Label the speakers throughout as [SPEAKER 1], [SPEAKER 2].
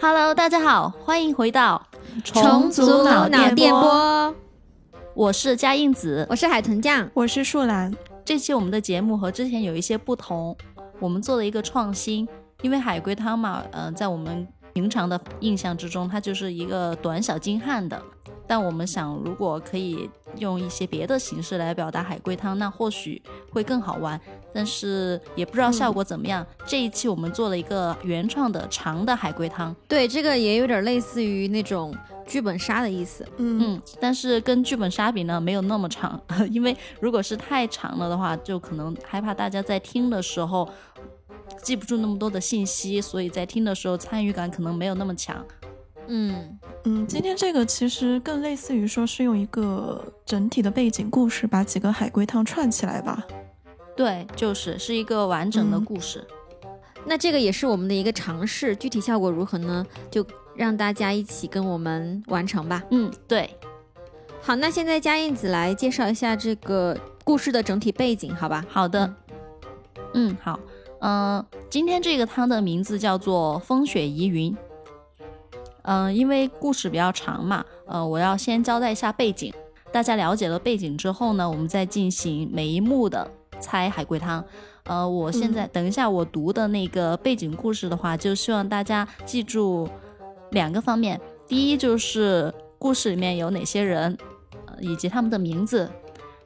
[SPEAKER 1] Hello，大家好，欢迎回到
[SPEAKER 2] 重组脑电波，
[SPEAKER 1] 我是嘉应子。
[SPEAKER 2] 我是海豚酱。
[SPEAKER 3] 我是树兰，
[SPEAKER 1] 这期我们的节目和之前有一些不同，我们做了一个创新，因为海龟汤嘛，呃，在我们平常的印象之中，它就是一个短小精悍的。但我们想，如果可以用一些别的形式来表达海龟汤，那或许会更好玩。但是也不知道效果怎么样。这一期我们做了一个原创的长的海龟汤，
[SPEAKER 2] 对，这个也有点类似于那种剧本杀的意思。
[SPEAKER 3] 嗯，
[SPEAKER 1] 嗯，但是跟剧本杀比呢，没有那么长， 因为如果是太长了的话，就可能害怕大家在听的时候记不住那么多的信息，所以在听的时候参与感可能没有那么强。
[SPEAKER 2] 嗯，
[SPEAKER 3] 嗯，今天这个其实更类似于说是用一个整体的背景故事把几个海龟汤串起来吧。
[SPEAKER 1] 对，就是是一个完整的故事。
[SPEAKER 2] 那这个也是我们的一个尝试，具体效果如何呢？就让大家一起跟我们完成吧。
[SPEAKER 1] 嗯，对，
[SPEAKER 2] 好，那现在嘉燕子来介绍一下这个故事的整体背景，好吧？
[SPEAKER 1] 好的。嗯，好，嗯、今天这个汤的名字叫做《风雪疑云》。嗯、因为故事比较长嘛，呃，我要先交代一下背景。大家了解了背景之后呢，我们再进行每一幕的猜海龟汤。呃，我现在、等一下我读的那个背景故事的话，就希望大家记住两个方面。第一就是故事里面有哪些人，呃以及他们的名字；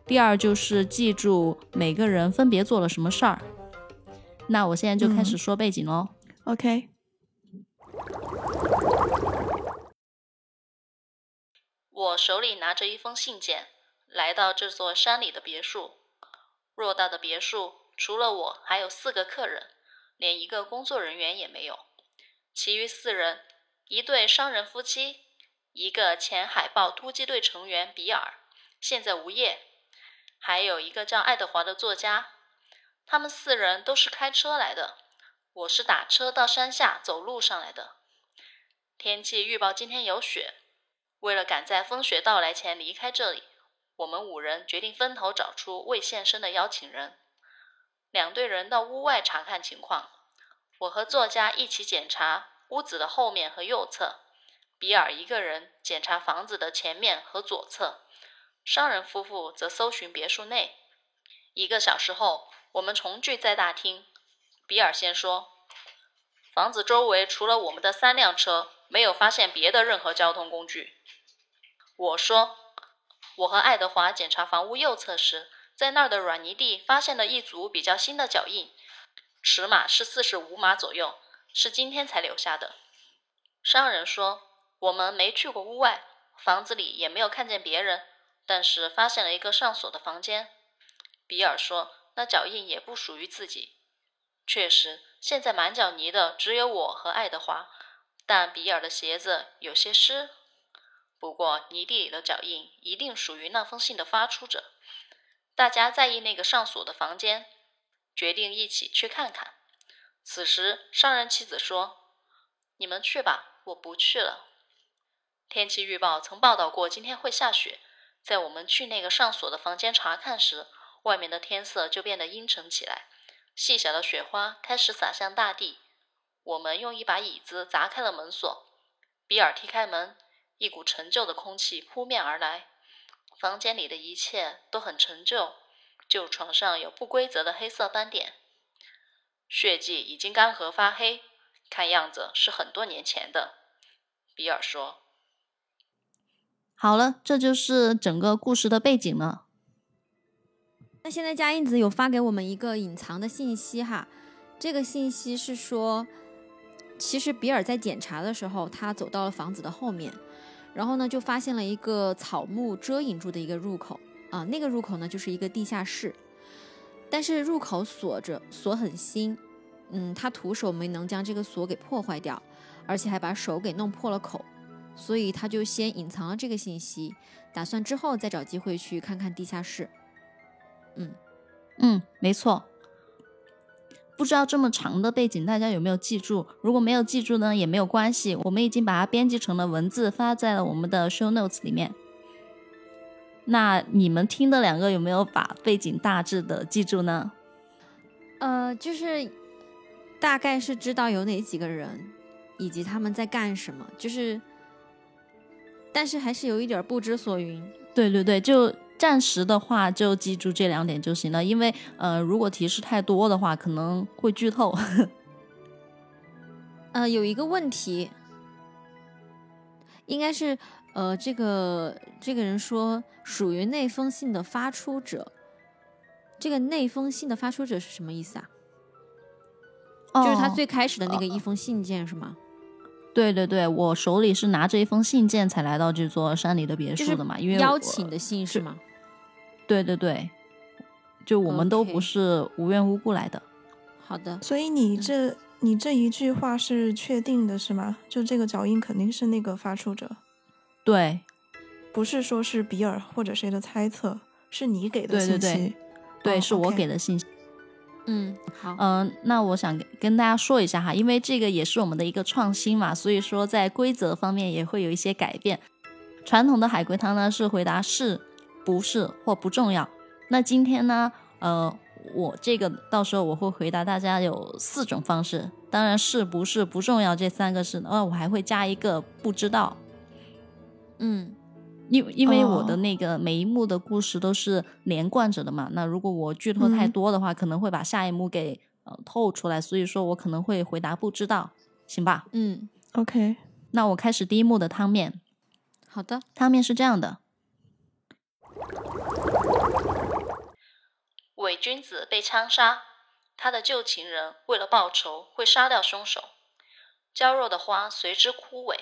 [SPEAKER 1] 第二就是记住每个人分别做了什么事儿。那我现在就开始说背景喽。
[SPEAKER 3] OK，
[SPEAKER 1] 我手里拿着一封信件，来到这座山里的别墅。偌大的别墅，除了我，还有四个客人，连一个工作人员也没有。其余四人，一对商人夫妻，一个前海豹突击队成员比尔，现在无业，还有一个叫爱德华的作家。他们四人都是开车来的，我是打车到山下走路上来的。天气预报今天有雪，为了赶在风雪到来前离开这里，我们五人决定分头找出未现身的邀请人。两队人到屋外查看情况，我和作家一起检查屋子的后面和右侧，比尔一个人检查房子的前面和左侧，商人夫妇则搜寻别墅内。一个小时后，我们重聚在大厅。比尔先说：“房子周围除了我们的三辆车，没有发现别的任何交通工具。”我说：“我和爱德华检查房屋右侧时，在那儿的软泥地发现了一组比较新的脚印，尺码是四十五码左右，是今天才留下的。”商人说：“我们没去过屋外，房子里也没有看见别人，但是发现了一个上锁的房间。”比尔说：“那脚印也不属于自己。”确实，现在满脚泥的只有我和爱德华，但比尔的鞋子有些湿。不过，泥地里的脚印一定属于那封信的发出者。大家在意那个上锁的房间，决定一起去看看。此时，商人妻子说：“你们去吧，我不去了。”天气预报曾报道过今天会下雪。在我们去那个上锁的房间查看时，外面的天色就变得阴沉起来，细小的雪花开始洒向大地。我们用一把椅子砸开了门锁，比尔踢开门，一股陈旧的空气扑面而来。房间里的一切都很陈旧，旧床上有不规则的黑色斑点，血迹已经干涸发黑，看样子是很多年前的。比尔说：“好了，这就是整个故事的背景了。”
[SPEAKER 2] 那现在佳印子有发给我们一个隐藏的信息哈，这个信息是说，其实比尔在检查的时候，他走到了房子的后面，然后呢就发现了一个草木遮掩住的一个入口啊，那个入口呢就是一个地下室，但是入口锁着，锁很新，嗯，他徒手没能将这个锁给破坏掉，而且还把手给弄破了口，所以他就先隐藏了这个信息，打算之后再找机会去看看地下室。
[SPEAKER 1] 嗯，没错。不知道这么长的背景大家有没有记住？如果没有记住呢，也没有关系，我们已经把它编辑成了文字，发在了我们的 show notes 里面。那你们听的两个有没有把背景大致的记住呢？
[SPEAKER 2] 呃，就是大概是知道有哪几个人，以及他们在干什么，就是，但是还是有一点儿不知所云。
[SPEAKER 4] 对对对，就暂时的话就记住这两点就行了，因为呃，如果提示太多的话，可能会剧 透。
[SPEAKER 2] 呃，有一个问题，应该是呃，这个这个人说属于那封信的发出者，这个那封信的发出者是什么意思啊？就是他
[SPEAKER 3] 哦
[SPEAKER 2] 最开始的那
[SPEAKER 4] 呃
[SPEAKER 2] 个一封信件是吗？
[SPEAKER 4] 对对对，我手里是拿着一封信件才来到这座山里的别
[SPEAKER 2] 就是
[SPEAKER 4] 墅的嘛，因为
[SPEAKER 2] 邀
[SPEAKER 4] 我
[SPEAKER 2] 请的信是吗？
[SPEAKER 4] 对对对，就我们都
[SPEAKER 2] OK
[SPEAKER 4] 不是无缘无故来的。
[SPEAKER 2] 好的，
[SPEAKER 3] 所以你这你这一句话是确定的是吗？就这个脚印肯定是那个发出者，
[SPEAKER 4] 对
[SPEAKER 3] 不是说是比尔或者谁的猜测，是你给的
[SPEAKER 4] 对
[SPEAKER 3] 信息。
[SPEAKER 4] 对对对，
[SPEAKER 3] 哦
[SPEAKER 4] 是我
[SPEAKER 3] OK
[SPEAKER 4] 给的信息。
[SPEAKER 2] 嗯，好，
[SPEAKER 4] 嗯、那我想跟跟大家说一下哈，因为这个也是我们的一个创新嘛，所以说在规则方面也会有一些改变。传统的海龟汤呢是回答是、不是或不重要。那今天呢，呃，我这个到时候我会回答大家有四种方式，当然是、不是、不重要这三个是，呃，我还会加一个不知道。
[SPEAKER 2] 嗯
[SPEAKER 4] 因因为我
[SPEAKER 3] 哦
[SPEAKER 4] 的那个每一幕的故事都是连贯着的嘛，那如果我剧透太
[SPEAKER 3] 嗯
[SPEAKER 4] 多的话，可能会把下一幕给呃透出来，所以说我可能会回答不知道，行吧？
[SPEAKER 2] 嗯，
[SPEAKER 3] OK，
[SPEAKER 4] 那我开始第一幕的汤面，
[SPEAKER 2] 好的，
[SPEAKER 4] 汤面是这样的，
[SPEAKER 1] 伪君子被枪杀，他的旧情人为了报仇会杀掉凶手，娇弱的花随之枯萎，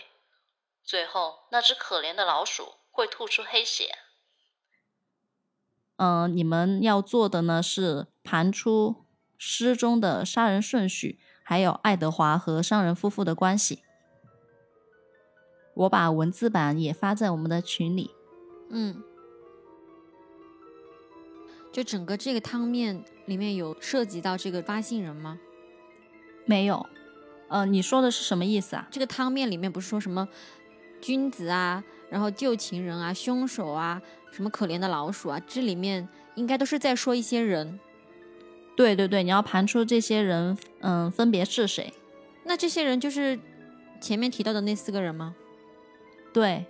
[SPEAKER 1] 最后那只可怜的老鼠会吐出黑血。
[SPEAKER 4] 嗯、你们要做的呢是盘出诗中的杀人顺序，还有爱德华和商人夫妇的关系。我把文字版也发在我们的群里。
[SPEAKER 2] 嗯，就整个这个汤面里面有涉及到这个发信人吗？
[SPEAKER 4] 没有，呃，你说的是什么意思啊？
[SPEAKER 2] 这个汤面里面不是说什么君子啊，然后旧情人啊，凶手啊，什么可怜的老鼠啊，这里面应该都是在说一些人。
[SPEAKER 4] 对对对，你要盘出这些人，嗯，分别是谁？
[SPEAKER 2] 那这些人就是前面提到的那四个人吗？
[SPEAKER 4] 对，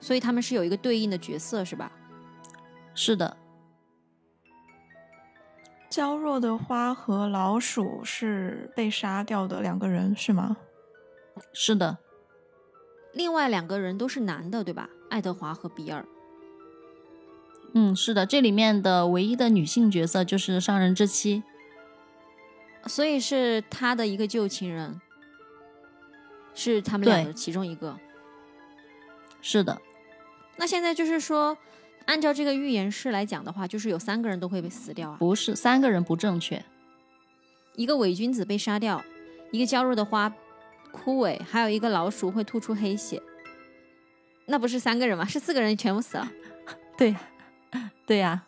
[SPEAKER 2] 所以他们是有一个对应的角色是吧？
[SPEAKER 4] 是的，
[SPEAKER 3] 娇弱的花和老鼠是被杀掉的两个人是吗？
[SPEAKER 4] 是的，
[SPEAKER 2] 另外两个人都是男的对吧？爱德华和比尔。
[SPEAKER 4] 嗯，是的。这里面的唯一的女性角色就是商人之妻，
[SPEAKER 2] 所以是他的一个旧情人，是他们两个其中一个。
[SPEAKER 4] 是的，
[SPEAKER 2] 那现在就是说，按照这个预言式来讲的话，就是有三个人都会被死掉啊，
[SPEAKER 4] 不是三个人不正确，
[SPEAKER 2] 一个伪君子被杀掉，一个娇弱的花枯萎，还有一个老鼠会吐出黑血。那不是三个人吗？是四个人全部死了。
[SPEAKER 4] 对，对呀、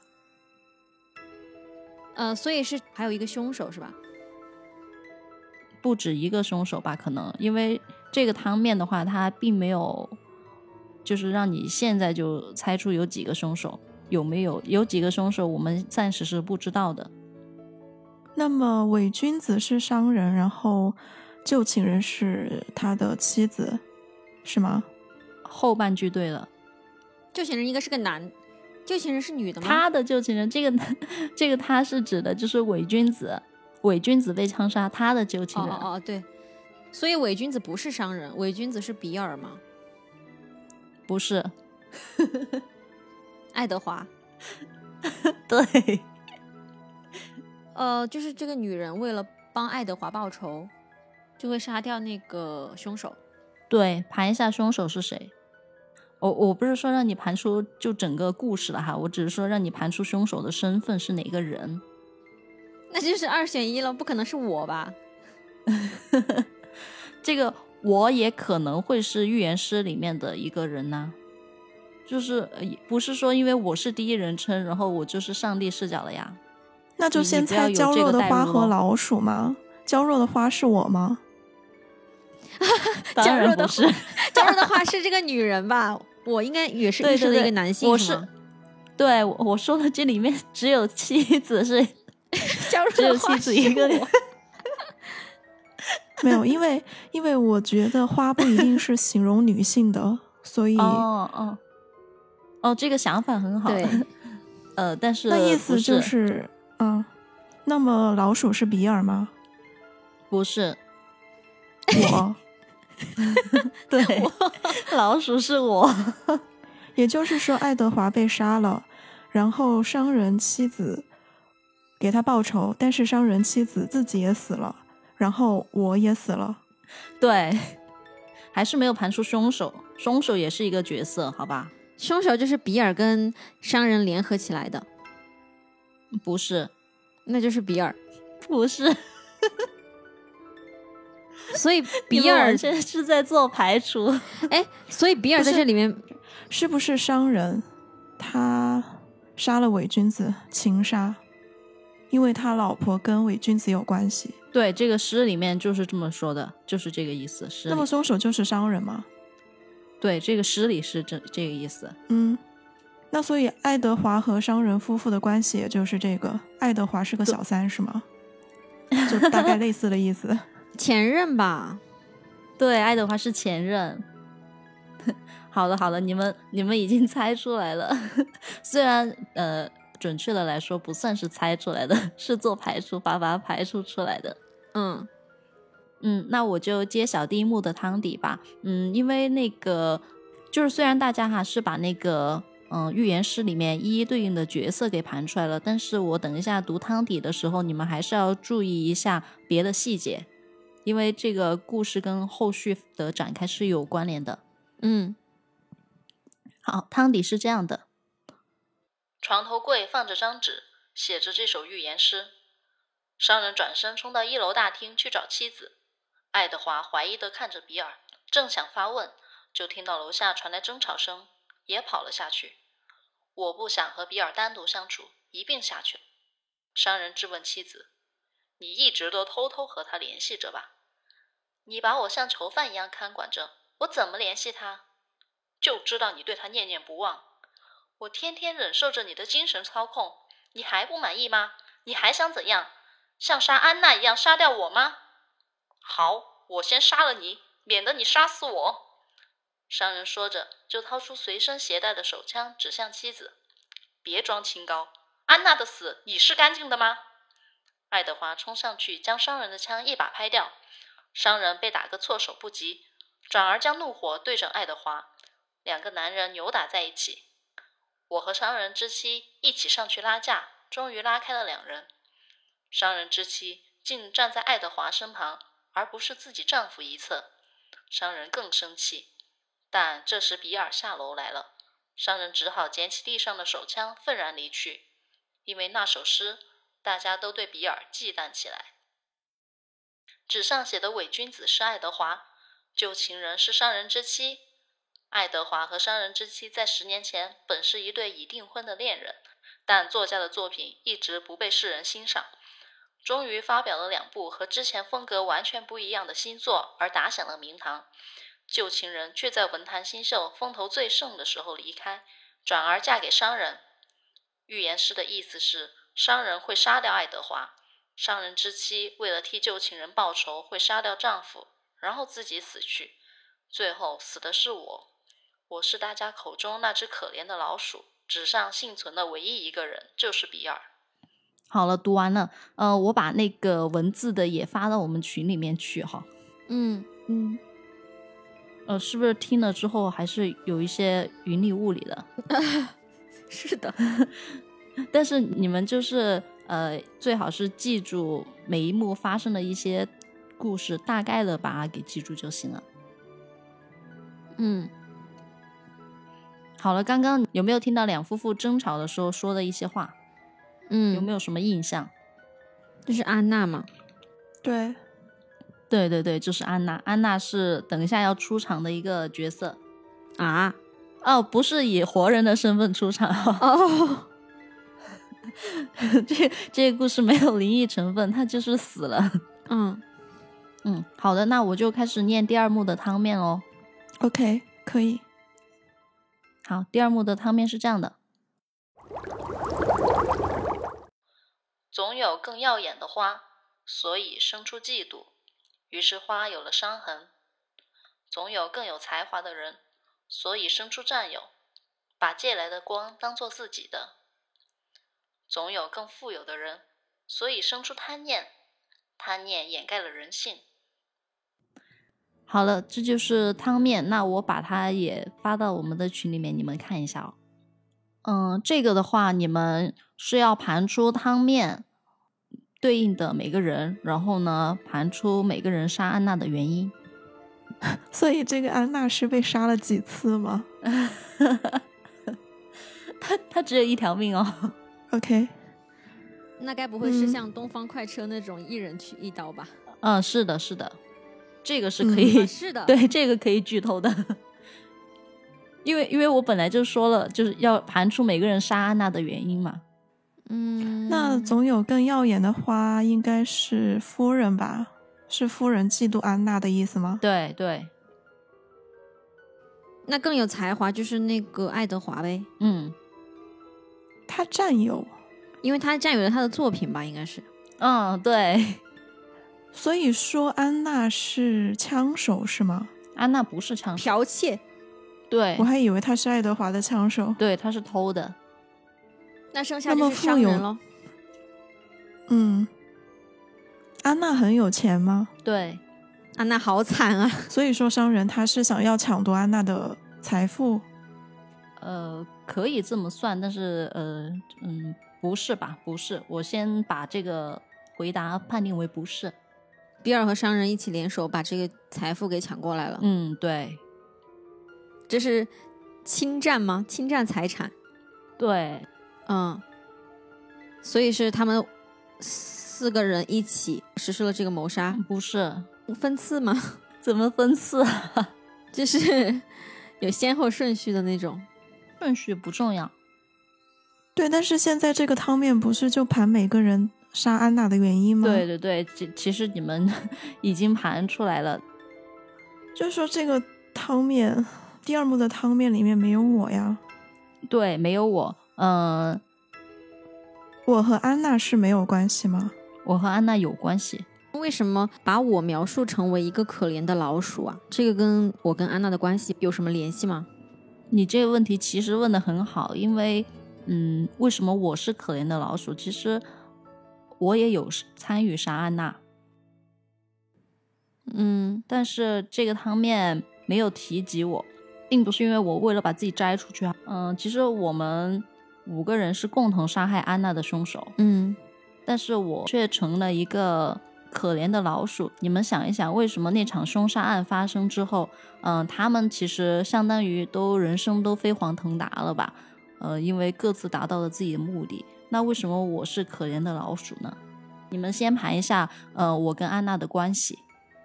[SPEAKER 2] 呃，所以是还有一个凶手是吧？
[SPEAKER 4] 不止一个凶手吧？可能因为这个汤面的话，它并没有，就是让你现在就猜出有几个凶手，有没有有几个凶手，我们暂时是不知道的。
[SPEAKER 3] 那么伪君子是商人，然后旧情人是他的妻子，是吗？
[SPEAKER 4] 后半句对了。
[SPEAKER 2] 旧情人应该是个男，旧情人是女的吗？
[SPEAKER 4] 他的旧情人，这个 这个他是指的就是伪君子，伪君子被枪杀，他的旧情
[SPEAKER 2] 哦
[SPEAKER 4] 人，
[SPEAKER 2] 哦哦，对，所以伪君子不是商人，伪君子是比尔吗？
[SPEAKER 4] 不是，
[SPEAKER 2] 爱德华。
[SPEAKER 4] 对，
[SPEAKER 2] 呃，就是这个女人为了帮爱德华报仇，就会杀掉那个凶手。
[SPEAKER 4] 对，盘一下凶手是谁。我我不是说让你盘出就整个故事了哈，我只是说让你盘出凶手的身份是哪个人。
[SPEAKER 2] 那就是二选一了，不可能是我吧？
[SPEAKER 4] 这个我也可能会是预言师里面的一个人呐、就是呃也不是说因为我是第一人称，然后我就是上帝视角了呀。
[SPEAKER 3] 那就
[SPEAKER 4] 嗯你
[SPEAKER 3] 先
[SPEAKER 4] 你不要
[SPEAKER 3] 猜
[SPEAKER 4] 有
[SPEAKER 3] 娇
[SPEAKER 4] 这
[SPEAKER 3] 弱
[SPEAKER 4] 个
[SPEAKER 3] 的
[SPEAKER 4] 代
[SPEAKER 3] 花
[SPEAKER 4] 入
[SPEAKER 3] 和
[SPEAKER 4] 哦
[SPEAKER 3] 老鼠吗？娇弱的花是我吗？
[SPEAKER 4] 当
[SPEAKER 2] 娇弱
[SPEAKER 4] 然
[SPEAKER 2] 的
[SPEAKER 4] 不是，
[SPEAKER 2] 娇弱的话是这个女人吧？我应该也是
[SPEAKER 4] 对
[SPEAKER 2] 预设
[SPEAKER 4] 对
[SPEAKER 2] 的一
[SPEAKER 4] 对
[SPEAKER 2] 个男性，
[SPEAKER 4] 我
[SPEAKER 2] 是
[SPEAKER 4] 是
[SPEAKER 2] 吗
[SPEAKER 4] 对我我说的这里面只有妻子是
[SPEAKER 2] 娇弱
[SPEAKER 4] 只有
[SPEAKER 2] 的
[SPEAKER 4] 妻
[SPEAKER 2] 话
[SPEAKER 4] 子
[SPEAKER 2] 是
[SPEAKER 4] 一个人
[SPEAKER 2] 我。
[SPEAKER 3] 没有，因为因为我觉得花不一定是形容女性的，所以
[SPEAKER 5] 哦哦哦，这个想法很好。
[SPEAKER 2] 对，
[SPEAKER 5] 呃，但是
[SPEAKER 3] 那意
[SPEAKER 5] 不
[SPEAKER 3] 思就是是，嗯，那么老鼠是比尔吗？
[SPEAKER 5] 不 是
[SPEAKER 3] 我，
[SPEAKER 5] 对，老鼠是我。
[SPEAKER 3] 也就是说，爱德华被杀了，然后商人妻子给他报仇，但是商人妻子自己也死了，然后我也死了。
[SPEAKER 5] 对，还是没有盘出凶手，凶手也是一个角色，好吧？
[SPEAKER 2] 凶手就是比尔跟商人联合起来的，
[SPEAKER 5] 不是，
[SPEAKER 2] 那就是比尔。
[SPEAKER 5] 不是，
[SPEAKER 2] 所以
[SPEAKER 5] 你
[SPEAKER 2] 比
[SPEAKER 5] 们
[SPEAKER 2] 尔
[SPEAKER 5] 完，全是在做排除。
[SPEAKER 2] 哎，所以比尔在这里面
[SPEAKER 3] 是不是商人他杀了伪君子，情杀？因为他老婆跟伪君子有关系，
[SPEAKER 5] 对，这个诗里面就是这么说的，就是这个意思。诗
[SPEAKER 3] 那么
[SPEAKER 5] 里
[SPEAKER 3] 凶手就是商人吗？
[SPEAKER 5] 对，这个诗里是这这个意思。
[SPEAKER 3] 嗯，那所以爱德华和商人夫妇的关系也就是这个，爱德华是个小三是吗？就大概类似的意思。
[SPEAKER 2] 前任吧，
[SPEAKER 5] 对，爱德华是前任。 好了好了，你们你们已经猜出来了， 虽然呃，准确的来说不算是猜出来的，是做排除法把它排除出来的。
[SPEAKER 2] 嗯，
[SPEAKER 5] 嗯，那我就揭晓第一幕的汤底吧。嗯，因为那个就是虽然大家哈是把那个嗯预言诗里面一一对应的角色给盘出来了，但是我等一下读汤底的时候，你们还是要注意一下别的细节，因为这个故事跟后续的展开是有关联的。
[SPEAKER 2] 嗯，
[SPEAKER 5] 好，汤底是这样的，
[SPEAKER 4] 床头柜放着张纸，写着这首寓言诗。商人转身冲到一楼大厅去找妻子。爱德华怀疑地看着比尔，正想发问，就听到楼下传来争吵声，也跑了下去。我不想和比尔单独相处，一并下去了。商人质问妻子：“你一直都偷偷和他联系着吧？你把我像囚犯一样看管着，我怎么联系他？就知道你对他念念不忘。”我天天忍受着你的精神操控，你还不满意吗？你还想怎样？像杀安娜一样杀掉我吗？好，我先杀了你，免得你杀死我。商人说着，就掏出随身携带的手枪，指向妻子：“别装清高，安娜的死你是干净的吗？”爱德华冲上去，将商人的枪一把拍掉。商人被打个措手不及，转而将怒火对准爱德华。两个男人扭打在一起，我和商人之妻一起上去拉架，终于拉开了两人。商人之妻竟站在爱德华身旁，而不是自己丈夫一侧。商人更生气，但这时比尔下楼来了，商人只好捡起地上的手枪，愤然离去。因为那首诗，大家都对比尔忌惮起来。纸上写的伪君子是爱德华，旧情人是商人之妻，爱德华和商人之妻在十年前本是一对已订婚的恋人，但作家的作品一直不被世人欣赏。终于发表了两部和之前风格完全不一样的新作，而打响了名堂。旧情人却在文坛新秀风头最盛的时候离开，转而嫁给商人。预言师的意思是，商人会杀掉爱德华，商人之妻为了替旧情人报仇会杀掉丈夫，然后自己死去。最后死的是我，我是大家口中那只可怜的老鼠，纸上幸存的唯一一个人就是比尔。
[SPEAKER 5] 好了，读完了，呃，我把那个文字的也发到我们群里面去哈。
[SPEAKER 2] 嗯，
[SPEAKER 3] 嗯，
[SPEAKER 5] 呃，是不是听了之后还是有一些云里雾里的？
[SPEAKER 2] 是的，
[SPEAKER 5] 但是你们就是呃，最好是记住每一幕发生的一些故事，大概的把它给记住就行了。
[SPEAKER 2] 嗯，
[SPEAKER 5] 好了，刚刚有没有听到两夫妇争吵的时候说的一些话？
[SPEAKER 2] 嗯，
[SPEAKER 5] 有没有什么印象？
[SPEAKER 2] 就是安娜嘛，
[SPEAKER 3] 对，
[SPEAKER 5] 对对对，就是安娜，安娜是等一下要出场的一个角色
[SPEAKER 2] 啊，
[SPEAKER 5] 哦，不是以活人的身份出场
[SPEAKER 4] 啊
[SPEAKER 5] 哦。
[SPEAKER 2] 哦，
[SPEAKER 5] 这这个故事没有灵异成分，他就是死了。
[SPEAKER 2] 嗯，
[SPEAKER 5] 嗯，好的，那我就开始念第二幕的汤面喽。
[SPEAKER 3] OK，可以。
[SPEAKER 5] 好，第二幕的汤面是这样的：
[SPEAKER 4] 总有更耀眼的花，所以生出嫉妒。
[SPEAKER 1] 于是花有了伤痕。总有更有才华的人，所以生出战友，把借来的光当做自己的；总有更富有的人，所以生出贪念，贪念掩盖了人性。
[SPEAKER 4] 好了，这就是汤面，那我把它也发到我们的群里面，你们看一下哦。嗯，这个的话，你们是要盘出汤面对应的每个人，然后呢，盘出每个人杀安娜的原因。
[SPEAKER 3] 所以这个安娜是被杀了几次吗
[SPEAKER 4] 他他只有一条命哦。
[SPEAKER 3] ？OK，
[SPEAKER 2] 那该不会是
[SPEAKER 3] 嗯
[SPEAKER 2] 像东方快车那种一人去一刀吧？
[SPEAKER 4] 嗯，是的，是的，这个是可
[SPEAKER 3] 嗯
[SPEAKER 4] 以
[SPEAKER 2] 啊是的，
[SPEAKER 4] 对，这个可以剧透的，因为因为我本来就说了，就是要盘出每个人杀安娜的原因嘛。
[SPEAKER 2] 嗯，
[SPEAKER 3] 那总有更耀眼的花，应该是夫人吧？是夫人嫉妒安娜的意思吗？
[SPEAKER 4] 对对，
[SPEAKER 2] 那更有才华就是那个爱德华呗，
[SPEAKER 4] 嗯
[SPEAKER 3] 她占有，
[SPEAKER 2] 因为他占有了他的作品吧，应该是。
[SPEAKER 4] 嗯， 对，
[SPEAKER 3] 所以说安娜是枪手是吗？
[SPEAKER 4] 安娜啊不是枪手，
[SPEAKER 2] 剽窃，
[SPEAKER 4] 对
[SPEAKER 3] 我还以为她是爱德华的枪手。
[SPEAKER 4] 对，她是偷的。
[SPEAKER 2] 那剩下
[SPEAKER 3] 那
[SPEAKER 2] 就
[SPEAKER 3] 么
[SPEAKER 2] 是
[SPEAKER 3] 富
[SPEAKER 2] 商
[SPEAKER 3] 有
[SPEAKER 2] 人喽。
[SPEAKER 3] 嗯，安娜很有钱吗？
[SPEAKER 4] 对，
[SPEAKER 2] 安娜好惨啊！
[SPEAKER 3] 所以说商人他是想要抢夺安娜的财富。
[SPEAKER 4] 呃，可以这么算，但是呃嗯，不是吧？不是，我先把这个回答判定为不是。
[SPEAKER 2] 比尔和商人一起联手把这个财富给抢过来了，
[SPEAKER 4] 嗯，对
[SPEAKER 2] 这是侵占吗？侵占财产，
[SPEAKER 4] 对，
[SPEAKER 2] 嗯，所以是他们四个人一起实施了这个谋杀，
[SPEAKER 4] 不是，
[SPEAKER 2] 分次吗？
[SPEAKER 4] 怎么分次啊？
[SPEAKER 2] 就是有先后顺序的那种。
[SPEAKER 4] 顺序不重要。
[SPEAKER 3] 对，但是现在这个汤面不是就盘每个人杀安娜的原因吗？
[SPEAKER 4] 对，对对，其其实你们 已经盘出来了。
[SPEAKER 3] 就是说这个汤面第二幕的汤面里面没有我呀，
[SPEAKER 4] 对，没有我，嗯、
[SPEAKER 3] 我和安娜是没有关系吗？
[SPEAKER 4] 我和安娜有关系。
[SPEAKER 2] 为什么把我描述成为一个可怜的老鼠啊？这个跟我跟安娜的关系有什么联系吗？
[SPEAKER 4] 你这个问题其实问的很好，因为，嗯，为什么我是可怜的老鼠？其实我也有参与杀安娜，
[SPEAKER 2] 嗯，
[SPEAKER 4] 但是这个汤面没有提及我，并不是因为我为了把自己摘出去啊。嗯，其实我们五个人是共同杀害安娜的凶手。
[SPEAKER 2] 嗯，
[SPEAKER 4] 但是我却成了一个可怜的老鼠。你们想一想，为什么那场凶杀案发生之后，嗯、他们其实相当于都人生都飞黄腾达了吧？呃，因为各自达到了自己的目的。那为什么我是可怜的老鼠呢？你们先盘一下，呃，我跟安娜的关系。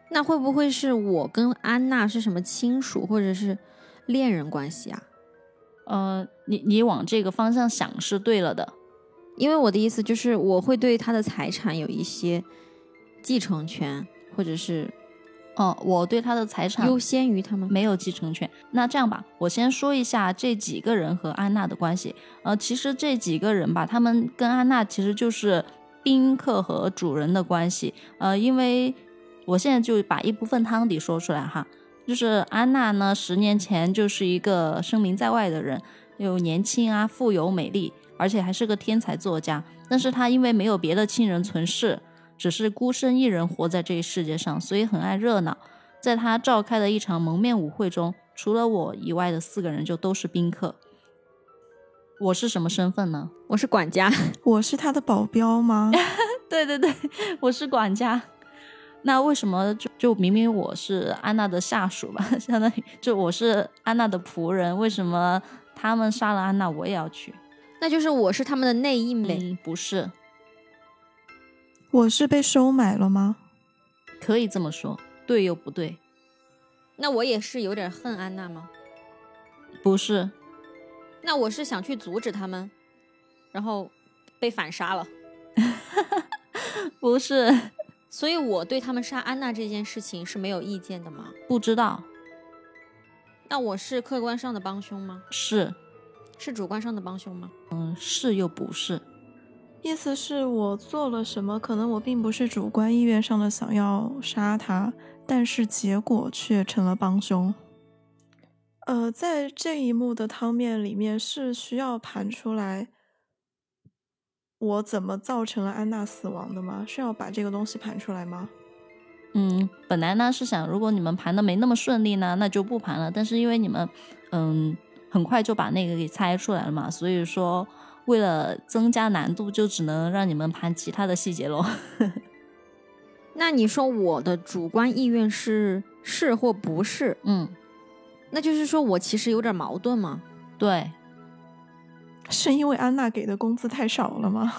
[SPEAKER 2] 那会不会是我跟安娜是什么亲属或者是恋人关系啊？
[SPEAKER 4] 呃，你你往这个方向想是对了的。
[SPEAKER 2] 因为我的意思就是，我会对他的财产有一些继承权，或者是
[SPEAKER 4] 哦、我对他的财产
[SPEAKER 2] 优先于他们。
[SPEAKER 4] 没有继承权。那这样吧，我先说一下这几个人和安娜的关系。呃，其实这几个人吧，他们跟安娜其实就是宾客和主人的关系。呃，因为我现在就把一部分汤底说出来哈，就是安娜呢，十年前就是一个声名在外的人，又年轻啊，富有美丽，而且还是个天才作家。但是她因为没有别的亲人存世，只是孤身一人活在这个世界上，所以很爱热闹。在他召开的一场蒙面舞会中，除了我以外的四个人就都是宾客。我是什么身份呢？
[SPEAKER 2] 我是管家，
[SPEAKER 3] 我是她的保镖吗？
[SPEAKER 4] 对对对，我是管家。那为什么就就明明我是安娜的下属吧， 相当于就我是安娜的仆人，为什么他们杀了安娜，我也要去？
[SPEAKER 2] 那就是我是他们的内应呗。
[SPEAKER 4] 嗯，不是，
[SPEAKER 3] 我是被收买了吗？
[SPEAKER 4] 可以这么说，对又不对，
[SPEAKER 2] 那我也是有点恨安娜吗？
[SPEAKER 4] 不是，
[SPEAKER 2] 那我是想去阻止他们，然后被反杀了。
[SPEAKER 4] 不是，
[SPEAKER 2] 所以我对他们杀安娜这件事情是没有意见的吗？
[SPEAKER 4] 不知道，
[SPEAKER 2] 那我是客观上的帮凶吗？
[SPEAKER 4] 是，
[SPEAKER 2] 是主观上的帮凶吗？
[SPEAKER 4] 嗯，是又不是，
[SPEAKER 3] 意思是我做了什么，可能我并不是主观意愿上的想要杀他，但是结果却成了帮凶。呃，在这一幕的汤面里面是需要盘出来我怎么造成了安娜死亡的吗？是要把这个东西盘出来吗？
[SPEAKER 4] 嗯，本来呢是想，如果你们盘的没那么顺利呢，那就不盘了。但是因为你们，嗯，很快就把那个给猜出来了嘛，所以说为了增加难度，就只能让你们盘其他的细节喽。
[SPEAKER 2] 那你说我的主观意愿是是或不是？
[SPEAKER 4] 嗯，
[SPEAKER 2] 那就是说我其实有点矛盾嘛。
[SPEAKER 4] 对，
[SPEAKER 3] 是因为安娜给的工资太少了吗？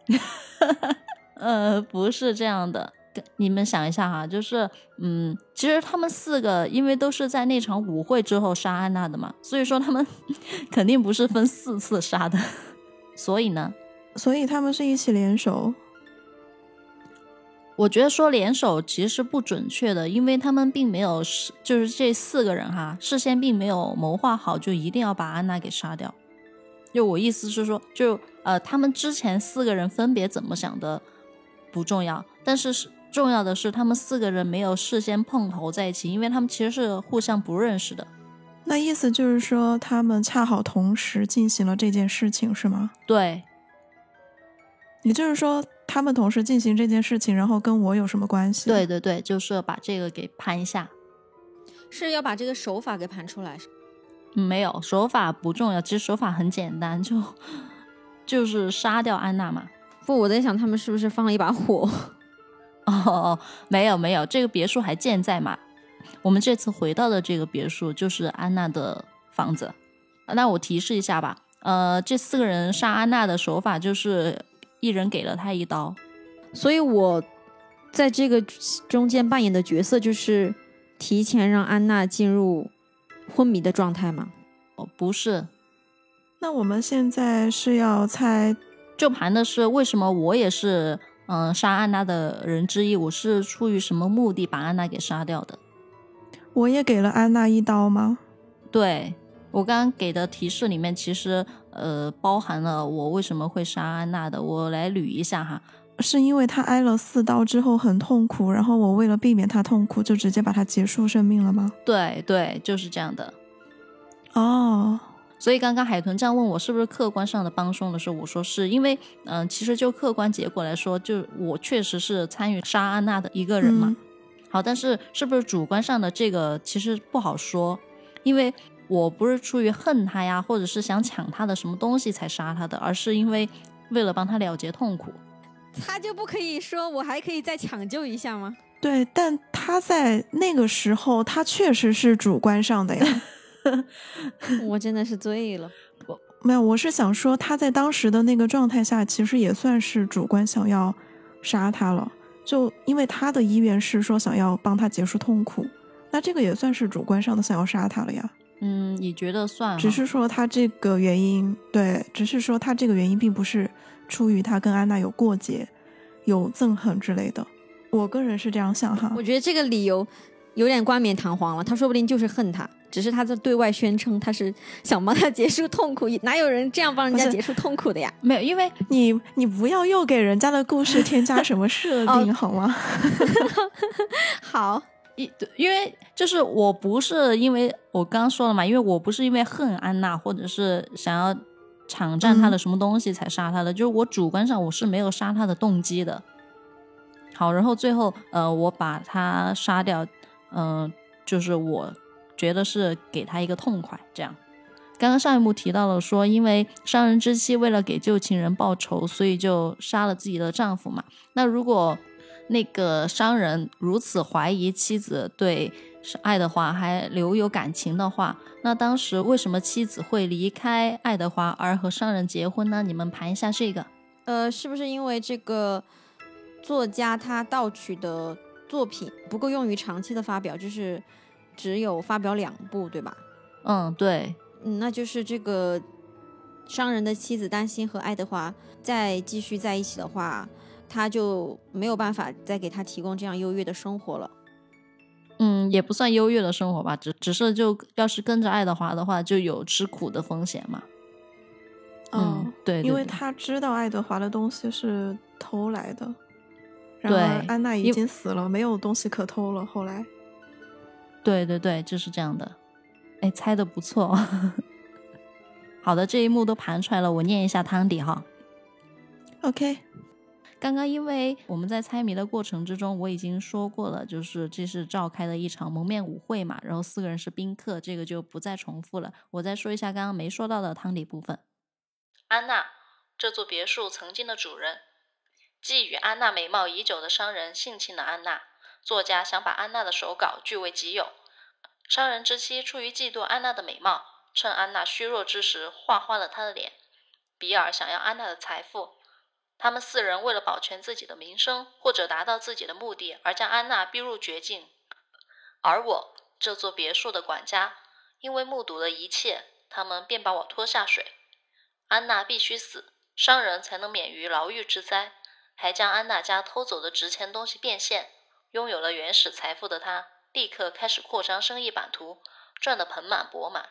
[SPEAKER 4] 呃，不是这样的。跟你们想一下哈，就是嗯，其实他们四个因为都是在那场舞会之后杀安娜的嘛，所以说他们 肯定不是分四次杀的。 所以呢，
[SPEAKER 3] 所以他们是一起联手。
[SPEAKER 4] 我觉得说联手其实是不准确的，因为他们并没有事，就是这四个人哈，事先并没有谋划好，就一定要把安娜给杀掉。就我意思是说，就呃，他们之前四个人分别怎么想的不重要，但是是重要的是他们四个人没有事先碰头在一起，因为他们其实是互相不认识的。
[SPEAKER 3] 那意思就是说，他们恰好同时进行了这件事情，是吗？
[SPEAKER 4] 对，
[SPEAKER 3] 也就是说，他们同时进行这件事情，然后跟我有什么关系？
[SPEAKER 4] 对对对，就是把这个给攀一下。
[SPEAKER 2] 是要把这个手法给盘出来。
[SPEAKER 4] 嗯没有手法不重要，其实手法很简单，就 就是杀掉安娜嘛。
[SPEAKER 2] 不，我在想他们是不是放了一把火？
[SPEAKER 4] 哦，没有没有，这个别墅还健在嘛？我们这次回到的这个别墅就是安娜的房子。啊那我提示一下吧，呃，这四个人杀安娜的手法就是一人给了她一刀。
[SPEAKER 2] 所以我在这个中间扮演的角色就是提前让安娜进入昏迷的状态嘛。
[SPEAKER 4] 哦，不是，
[SPEAKER 3] 那我们现在是要猜，
[SPEAKER 4] 就盘的是为什么我也是嗯、呃杀安娜的人之一，我是出于什么目的把安娜给杀掉的？
[SPEAKER 3] 我也给了安娜一刀吗？
[SPEAKER 4] 对我刚刚给的提示里面，其实呃包含了我为什么会杀安娜的，我来捋一下哈。
[SPEAKER 3] 是因为她挨了四刀之后很痛苦，然后我为了避免她痛苦，就直接把她结束生命了吗？
[SPEAKER 4] 对对，就是这样的。
[SPEAKER 3] 哦，
[SPEAKER 4] 所以刚刚海豚这样问我是不是客观上的帮凶的时候，我说是因为，嗯、其实就客观结果来说，就我确实是参与杀安娜的一个人嘛。
[SPEAKER 3] 嗯
[SPEAKER 4] 好，但是是不是主观上的这个其实不好说，因为我不是出于恨他呀，或者是想抢他的什么东西才杀他的，而是因为为了帮他了结痛苦。
[SPEAKER 2] 他就不可以说我还可以再抢救一下吗？
[SPEAKER 3] 对，但她在那个时候，她确实是主观上的 呀。
[SPEAKER 2] 我真的是醉了。
[SPEAKER 3] 没有，我是想说，她在当时的那个状态下，其实也算是主观想要杀他了，就因为她的意愿是说想要帮他结束痛苦，那这个也算是主观上的想要杀他了呀。
[SPEAKER 4] 嗯，你觉得算哈？
[SPEAKER 3] 只是说他这个原因，对，只是说他这个原因并不是出于他跟安娜有过节、有憎恨之类的。我个人是这样想哈
[SPEAKER 2] 我，觉得这个理由有点冠冕堂皇了，他说不定就是恨他，只是他在对外宣称他是想帮他结束痛苦，哪有人这样帮人家
[SPEAKER 3] 不是
[SPEAKER 2] 结束痛苦 的呀？
[SPEAKER 4] 没有，因为
[SPEAKER 3] 你你不要又给人家的故事添加什么设定、好吗？
[SPEAKER 2] 好，
[SPEAKER 4] 因因为就是我不是因为我刚刚说了嘛，因为我不是因为恨安娜或者是想要抢占她的什么东西才杀她的，就是我主观上我是没有杀她的动机的。好，然后最后呃，我把她杀掉，嗯、就是我觉得是给她一个痛快，这样。刚刚上一幕提到了说，因为商人之妻为了给旧情人报仇，所以就杀了自己的丈夫嘛。那如果那个商人如此怀疑妻子对爱德华还留有感情的话，那当时为什么妻子会离开爱德华而和商人结婚呢？你们盘一下这个。
[SPEAKER 2] 呃，是不是因为这个作家他盗取的作品不够用于长期的发表，就是只有发表两部，对吧？
[SPEAKER 4] 嗯，对，
[SPEAKER 2] 嗯，那就是这个商人的妻子担心和爱德华再继续在一起的话，他就没有办法再给他提供这样优越的生活了。
[SPEAKER 4] 嗯，也不算优越的生活吧，只只是就要是跟着爱德华的话，就有吃苦的风险嘛。嗯
[SPEAKER 3] 哦
[SPEAKER 4] 对对
[SPEAKER 3] 因为
[SPEAKER 4] 对
[SPEAKER 3] 他知道爱德华的东西是偷来的，然
[SPEAKER 4] 对
[SPEAKER 3] 而安娜已
[SPEAKER 4] 因
[SPEAKER 3] 经死了，没有东西可偷了。后来，
[SPEAKER 4] 对对对，就是这样的。哎，猜的不错。 好的，这一幕都盘出来了，我念一下汤底哈。
[SPEAKER 3] OK，
[SPEAKER 4] 刚刚因为我们在猜谜的过程之中，我已经说过了，就是这是召开的一场蒙面舞会嘛，然后四个人是宾客，这个就不再重复了。我再说一下刚刚没说到的汤底部分。
[SPEAKER 1] 安娜，这座别墅曾经的主人，觊觎安娜美貌已久的商人性侵了安娜。作家想把安娜的手稿据为己有。商人之妻出于嫉妒安娜的美貌，趁安娜虚弱之时画花了她的脸。比尔想要安娜的财富。他们四人为了保全自己的名声或者达到自己的目的，而将安娜逼入绝境。而我，这座别墅的管家，因为目睹了一切，他们便把我拖下水。安娜必须死，商人才能免于牢狱之灾，还将安娜家偷走的值钱东西变现。拥有了原始财富的他，立刻开始扩张生意版图，赚得盆满钵满。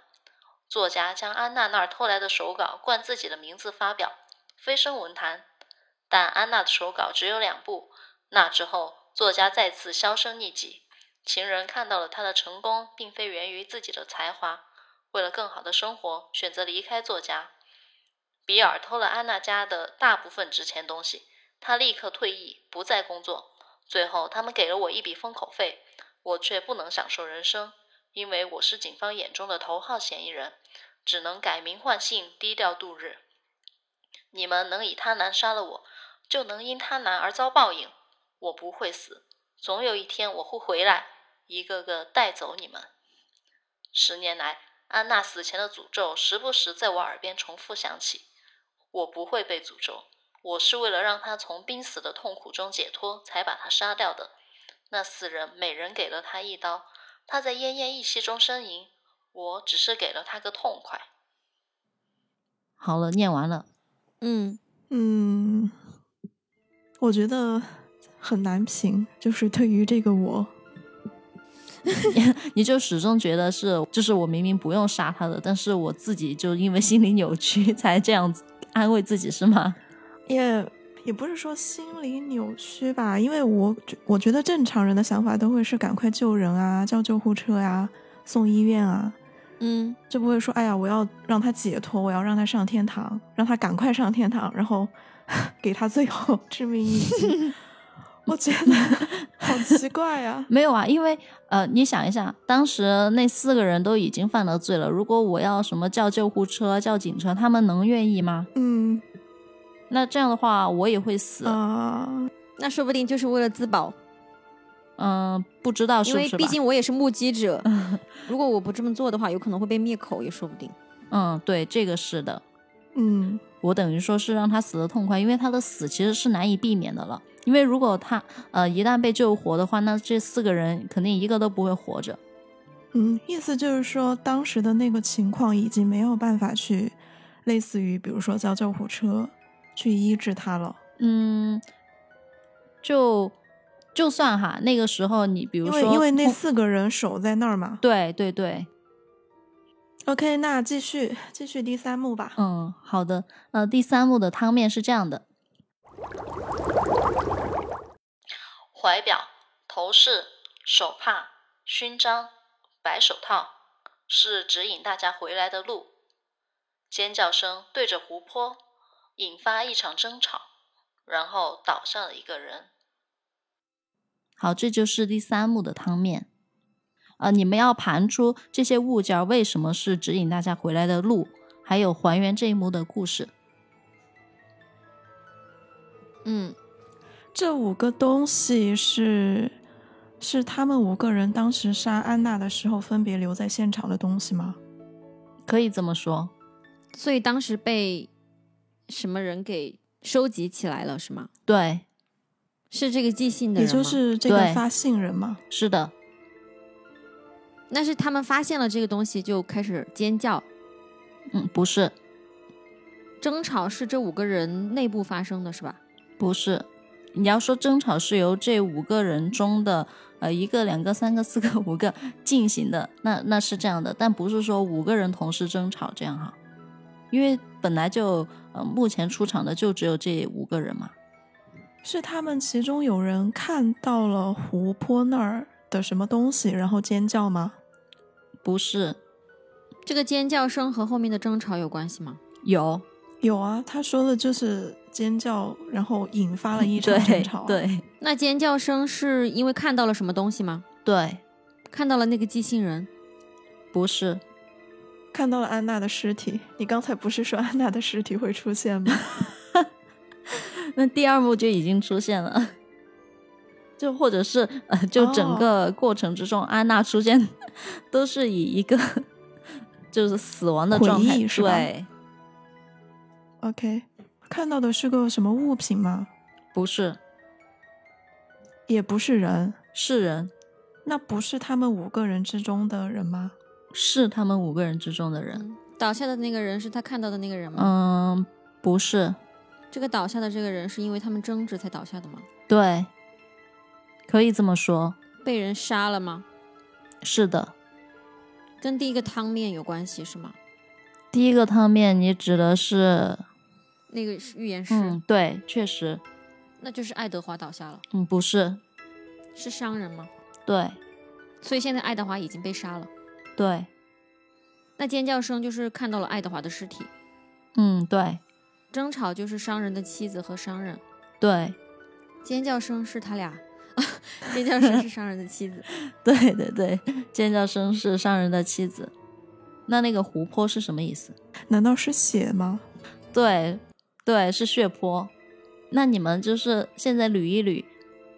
[SPEAKER 1] 作家将安娜那儿偷来的手稿冠自己的名字发表，蜚声文坛。但安娜的手稿只有两部，那之后作家再次销声匿迹。情人看到了他的成功，并非源于自己的才华，为了更好的生活，选择离开作家。比尔偷了安娜家的大部分值钱东西，他立刻退役，不再工作。最后，他们给了我一笔封口费，我却不能享受人生，因为我是警方眼中的头号嫌疑人，只能改名换姓，低调度日。你们能以贪婪杀了我，就能因贪婪而遭报应。我不会死，总有一天我会回来，一个个带走你们。十年来，安娜死前的诅咒时不时在我耳边重复响起。我不会被诅咒，我是为了让她从濒死的痛苦中解脱，才把她杀掉的。那四人每人给了她一刀，她在奄奄一息中呻吟，我只是给了她个痛快。
[SPEAKER 4] 好了，念完了。
[SPEAKER 2] 嗯，
[SPEAKER 3] 嗯，我觉得很难评，就是对于这个我，
[SPEAKER 4] 你就始终觉得是，就是我明明不用杀他的，但是我自己就因为心理扭曲 才这样子安慰自己，是吗？
[SPEAKER 3] 也也不是说心理扭曲吧，因为我觉我觉得正常人的想法都会是赶快救人啊，叫救护车呀、送医院啊，
[SPEAKER 2] 嗯，
[SPEAKER 3] 就不会说哎呀，我要让他解脱，我要让他上天堂，让他赶快上天堂，然后 给他最后 致命一击。我觉得 好奇怪呀、
[SPEAKER 4] 没有啊，因为呃，你想一下，当时那四个人都已经犯了罪了，如果我要什么叫救护车、叫警车，他们能愿意吗？
[SPEAKER 3] 嗯
[SPEAKER 4] 那这样的话，我也会死。嗯、
[SPEAKER 3] 啊、
[SPEAKER 2] 那说不定就是为了自保，
[SPEAKER 4] 嗯不知道是
[SPEAKER 2] 因
[SPEAKER 4] 不
[SPEAKER 2] 为
[SPEAKER 4] 哦是吧？
[SPEAKER 2] 毕竟我也是目击 者。如果我不这么做的话，有可能会被灭口，也说不定。
[SPEAKER 4] 嗯，对，这个是的。
[SPEAKER 3] 嗯，
[SPEAKER 4] 我等于说是让他死的痛快，因为他的死其实是难以避免的了。因为如果他呃一旦被救活的话，那这四个人肯定一个都不会活着。
[SPEAKER 3] 嗯，意思就是说，当时的那个情况已经没有办法去，类似于比如说叫救护车去医治他了，
[SPEAKER 4] 嗯，就就算哈，那个时候你比如
[SPEAKER 3] 因
[SPEAKER 4] 说
[SPEAKER 3] 为因为那
[SPEAKER 4] 通
[SPEAKER 3] 四个人守在那儿嘛。
[SPEAKER 4] 对对对，
[SPEAKER 3] OK，那继续继续第三幕吧。
[SPEAKER 4] 嗯，好的。呃，第三幕的汤面是这样的，
[SPEAKER 1] 怀表、头饰、手帕、勋章、白手套，是指引大家回来的路。尖叫声对着湖泊，引发一场争吵，然后倒下了一个人。
[SPEAKER 4] 好，这就是第三幕的汤面。呃，你们要盘出这些物件儿为什么是指引大家回来的路，还有还原这一幕的故事。
[SPEAKER 2] 嗯，
[SPEAKER 3] 这五个东西是是他们五个人当时杀安娜的时候分别留在现场的东西吗？
[SPEAKER 4] 可以这么说，
[SPEAKER 2] 所以当时被什么人给收集起来了，是吗？
[SPEAKER 4] 对，
[SPEAKER 2] 是这个寄信的
[SPEAKER 3] 也
[SPEAKER 2] 人吗？
[SPEAKER 3] 就是这个
[SPEAKER 4] 对
[SPEAKER 3] 发信人嘛。
[SPEAKER 4] 是的，
[SPEAKER 2] 那是他们发现了这个东西就开始尖叫
[SPEAKER 4] 嗯，不是，
[SPEAKER 2] 争吵，是这五个人内部发生的是吧？
[SPEAKER 4] 不是。你要说争吵是由这五个人中的呃一个、两个、三个、四个、五个进行的，那那是这样的，但不是说五个人同时争吵这样哈。因为本来就呃目前出场的就只有这五个人嘛。
[SPEAKER 3] 是他们其中有人看到了湖泊那儿的什么东西，然后尖叫吗？
[SPEAKER 4] 不是，
[SPEAKER 2] 这个尖叫声和后面的争吵有关系吗？
[SPEAKER 4] 有
[SPEAKER 3] 有啊，他说的就是尖叫，然后引 发了一场争
[SPEAKER 4] 对
[SPEAKER 3] 吵。，啊
[SPEAKER 4] 对
[SPEAKER 2] 那尖叫声是因为看到了什么东西吗？
[SPEAKER 4] 对，
[SPEAKER 2] 看到了那个寄信人，
[SPEAKER 4] 不是
[SPEAKER 3] 看到了安娜的尸体。你刚才不是说安娜的尸体会出现吗？
[SPEAKER 4] 那第二幕就已经出现了， 就或者是呃，就
[SPEAKER 3] 哦
[SPEAKER 4] 整个过程之中，安娜出现都是以一个就是死亡的
[SPEAKER 3] 回
[SPEAKER 4] 状态，
[SPEAKER 3] 忆是吧
[SPEAKER 4] 对，
[SPEAKER 3] OK，看到的是个什么物品吗？
[SPEAKER 4] 不是
[SPEAKER 3] 也不是人，
[SPEAKER 4] 是人，
[SPEAKER 3] 那不是他们五个人之中的人吗？
[SPEAKER 4] 是他们五个人之中的人，
[SPEAKER 3] 嗯
[SPEAKER 2] 倒下的那个人是他看到的那个人吗？
[SPEAKER 4] 嗯，不是，
[SPEAKER 3] 嗯
[SPEAKER 2] 这个倒下的这个人是因为他们争执才倒下的吗？
[SPEAKER 4] 对，可以这么说，
[SPEAKER 2] 被人杀了吗？
[SPEAKER 4] 是的。
[SPEAKER 2] 跟第一个汤面有关系是吗？
[SPEAKER 4] 第一个汤面，你指的是，
[SPEAKER 2] 那个是预言师，
[SPEAKER 4] 嗯，对，确实，
[SPEAKER 2] 那就是爱德华倒下了，
[SPEAKER 4] 嗯，不是，
[SPEAKER 2] 是商人吗？
[SPEAKER 4] 对，
[SPEAKER 2] 所以现在爱德华已经被杀了。
[SPEAKER 4] 对，
[SPEAKER 2] 那尖叫声就是看到了爱德华的尸体，
[SPEAKER 4] 嗯，对，
[SPEAKER 2] 争吵就是商人的妻子和商人，
[SPEAKER 4] 对，
[SPEAKER 2] 尖叫声是他俩， 尖叫声是商人的妻子。
[SPEAKER 4] 对对对，尖叫声是商人的妻子。那那个湖泊是什么意思？
[SPEAKER 3] 难道是血吗？
[SPEAKER 4] 对，对，是血泊。那你们就是现在捋一捋，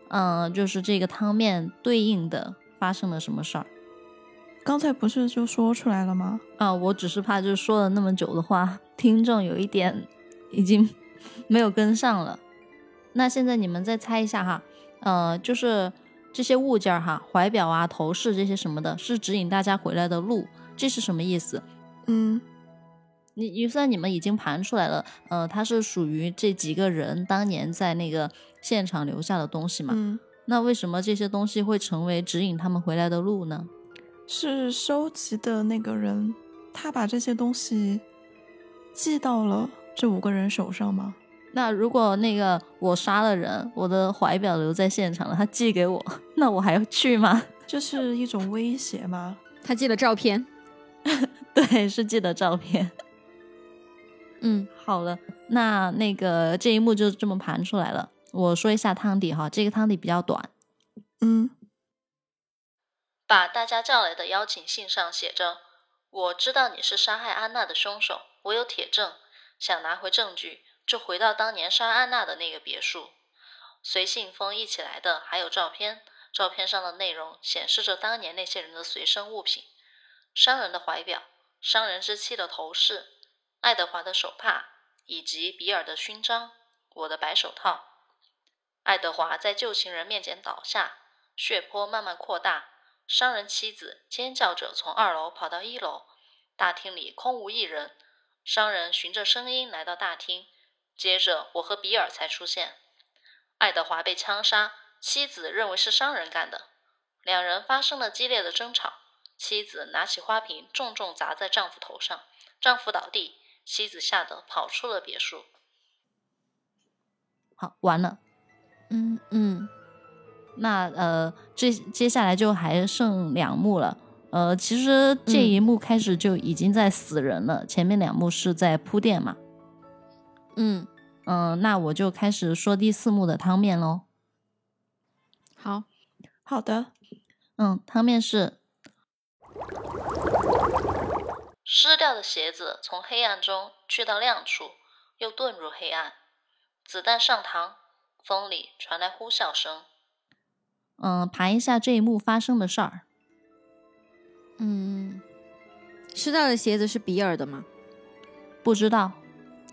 [SPEAKER 4] 嗯、就是这个汤面对应的发生了什么事儿
[SPEAKER 3] 刚才不是就说出来了吗？
[SPEAKER 4] 啊、我只是怕就是说了那么久的话，听众有一点已经 没有跟上了。那现在你们再猜一下哈，呃，就是这些物件儿哈，怀表啊、头饰这些什么的，是指引大家回来的路，这是什么意思？
[SPEAKER 3] 嗯，
[SPEAKER 4] 你你虽然你们已经盘出来了，呃，它是属于这几个人当年在那个现场留下的东西嘛？
[SPEAKER 3] 嗯，
[SPEAKER 4] 那为什么这些东西会成为指引他们回来的路呢？
[SPEAKER 3] 是收集的那个人，他把这些东西寄到了这五个人手上吗？
[SPEAKER 4] 那如果那个我杀了人，我的怀表留在现场了，他寄给我， 那我还要去吗？
[SPEAKER 3] 这是一种威胁吗？
[SPEAKER 2] 他寄了照片，
[SPEAKER 4] 对，是寄的照片。
[SPEAKER 2] 嗯，
[SPEAKER 4] 好了，那那个这一幕就这么盘出来了。我说一下汤底哈，这个汤底比较短，
[SPEAKER 3] 嗯，
[SPEAKER 1] 把大家叫来的邀请信上写着：“我知道你是杀害安娜的凶手，我有铁证，想拿回证据，就回到当年杀安娜的那个别墅。”随信封一起来的还有照片，照片上的内容显示着当年那些人的随身物品：商人的怀表、商人之妻的头饰、爱德华的手帕以及比尔的勋章、我的白手套。爱德华在旧情人面前倒下，血泊慢慢扩大，商人妻子尖叫着从二楼跑到一楼，大厅里空无一人。商人循着声音来到大厅，接着我和比尔才出现。爱德华被枪杀，妻子认为是商人干的，两人发生了激烈的争吵。妻子拿起花瓶重重砸在丈夫头上，丈夫倒地，妻子吓得跑出了别墅。
[SPEAKER 4] 好，完了。
[SPEAKER 2] 嗯嗯，
[SPEAKER 4] 那呃，接接下来就还剩两幕了。呃，其实这一幕开始就已经在死人了，前面两幕是在铺垫嘛。
[SPEAKER 2] 嗯，
[SPEAKER 4] 嗯、那我就开始说第四幕的汤面喽。
[SPEAKER 2] 好，
[SPEAKER 3] 好的，
[SPEAKER 4] 嗯，汤面是
[SPEAKER 1] 湿掉的鞋子从黑暗中去到亮处，又遁入黑暗。子弹上膛，风里传来呼啸声。
[SPEAKER 4] 嗯、盘一下这一幕发生的事儿。
[SPEAKER 2] 嗯，湿掉的鞋子是比尔的吗？
[SPEAKER 4] 不知道，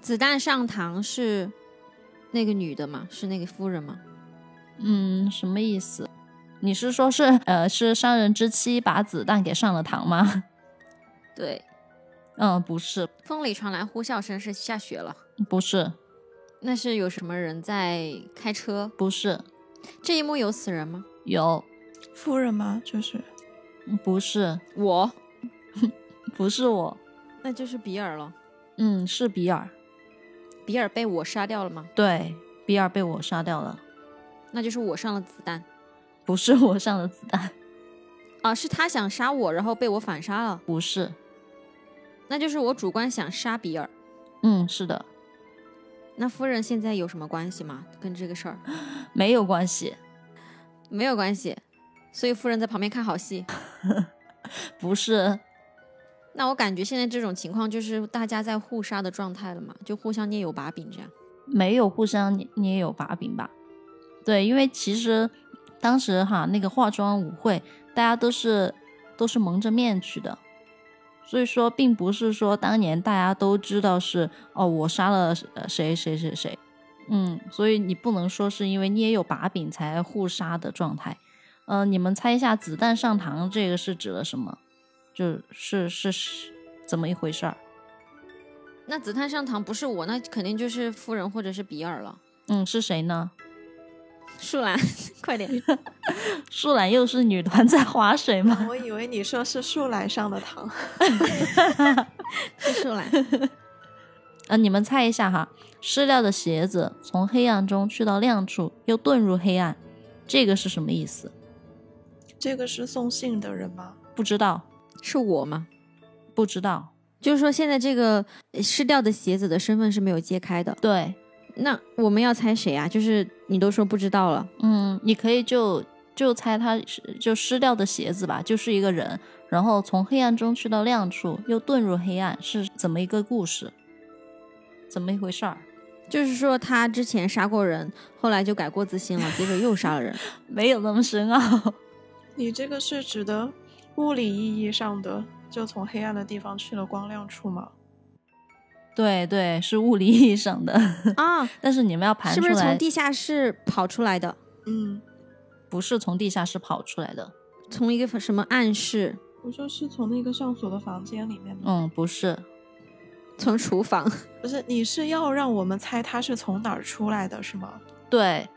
[SPEAKER 2] 子弹上膛是那个女的吗？是那个夫人吗？
[SPEAKER 4] 嗯，什么意思？你是说是呃是商人之妻把子弹给上了膛吗？
[SPEAKER 2] 对，
[SPEAKER 4] 嗯，不是，
[SPEAKER 2] 风里传来呼啸声，是下雪了。
[SPEAKER 4] 不是，
[SPEAKER 2] 那是有什么人在开车？
[SPEAKER 4] 不是，
[SPEAKER 2] 这一幕有死人吗？
[SPEAKER 4] 有，
[SPEAKER 3] 夫人吗？就是
[SPEAKER 4] 不是，
[SPEAKER 2] 我，
[SPEAKER 4] 不是我，
[SPEAKER 2] 那就是比尔了。
[SPEAKER 4] 嗯，是比尔，
[SPEAKER 2] 比尔被我杀掉了吗？
[SPEAKER 4] 对，比尔被我杀掉了，
[SPEAKER 2] 那就是我上了子弹
[SPEAKER 4] 不是我上的子弹，
[SPEAKER 2] 啊，是他想杀我，然后被我反杀了，
[SPEAKER 4] 不是，
[SPEAKER 2] 那就是我主观想杀比尔。
[SPEAKER 4] 嗯，是的，
[SPEAKER 2] 那夫人现在有什么关系吗？跟这个事儿
[SPEAKER 4] 没有关系，
[SPEAKER 2] 没有关系，所以夫人在旁边看好戏。
[SPEAKER 4] 不是，
[SPEAKER 2] 那我感觉现在这种情况就是大家在互杀的状态了嘛，就互相捏有把柄这样。
[SPEAKER 4] 没有互相捏捏有把柄吧？对，因为其实当时哈那个化妆舞会，大家都是都是蒙着面去的，所以说并不是说当年大家都知道是哦我杀了呃谁谁谁谁，嗯，所以你不能说是因为捏有把柄才互杀的状态。嗯、你们猜一下“子弹上膛”这个是指的什么？就是是是怎么一回事儿？
[SPEAKER 2] 那子弹上膛不是我，那肯定就是夫人或者是比尔了。
[SPEAKER 4] 嗯，是谁呢？
[SPEAKER 2] 树 兰，快点！
[SPEAKER 4] 树懒又是女团在划水吗？
[SPEAKER 3] 我以为你说是树懒上的 糖，
[SPEAKER 2] 是树兰。
[SPEAKER 4] 啊，你们猜一下哈，湿料的鞋子从黑暗中去到亮处，又遁入黑暗，这个是什么意思？
[SPEAKER 3] 这个是送信的人吗？
[SPEAKER 4] 不知道，
[SPEAKER 2] 是我吗？
[SPEAKER 4] 不知道。
[SPEAKER 2] 就是说现在这个呃失掉的鞋子的身份是没有揭开的。
[SPEAKER 4] 对，
[SPEAKER 2] 那我们要猜谁啊？就是你都说不知道了，
[SPEAKER 4] 嗯，你可以就就猜他是就湿掉的鞋子吧，就是一个人，然后从黑暗中去到亮处，又遁入黑暗，是怎么一个故事？怎么一回事儿？
[SPEAKER 2] 就是说他之前杀过人，后来就改过自新了，接着又杀了人。
[SPEAKER 4] 没有那么深奥。
[SPEAKER 3] 你这个是指的物理意义上的，就从黑暗的地方去了光亮处吗？
[SPEAKER 4] 对对，是物理意义上的，
[SPEAKER 2] 啊，
[SPEAKER 4] 但是你们要盘
[SPEAKER 2] 是
[SPEAKER 4] 出
[SPEAKER 2] 不
[SPEAKER 4] 来，
[SPEAKER 2] 是从地下室跑出来的？
[SPEAKER 3] 嗯，
[SPEAKER 4] 不是从地下室跑出来的。
[SPEAKER 2] 从一个什么暗室？
[SPEAKER 3] 不就是从那个上锁的房间里面吗？
[SPEAKER 4] 嗯，不是，
[SPEAKER 2] 从厨房？
[SPEAKER 3] 不是，你是要让我们猜他是从哪儿出来的，是吗？
[SPEAKER 4] 对，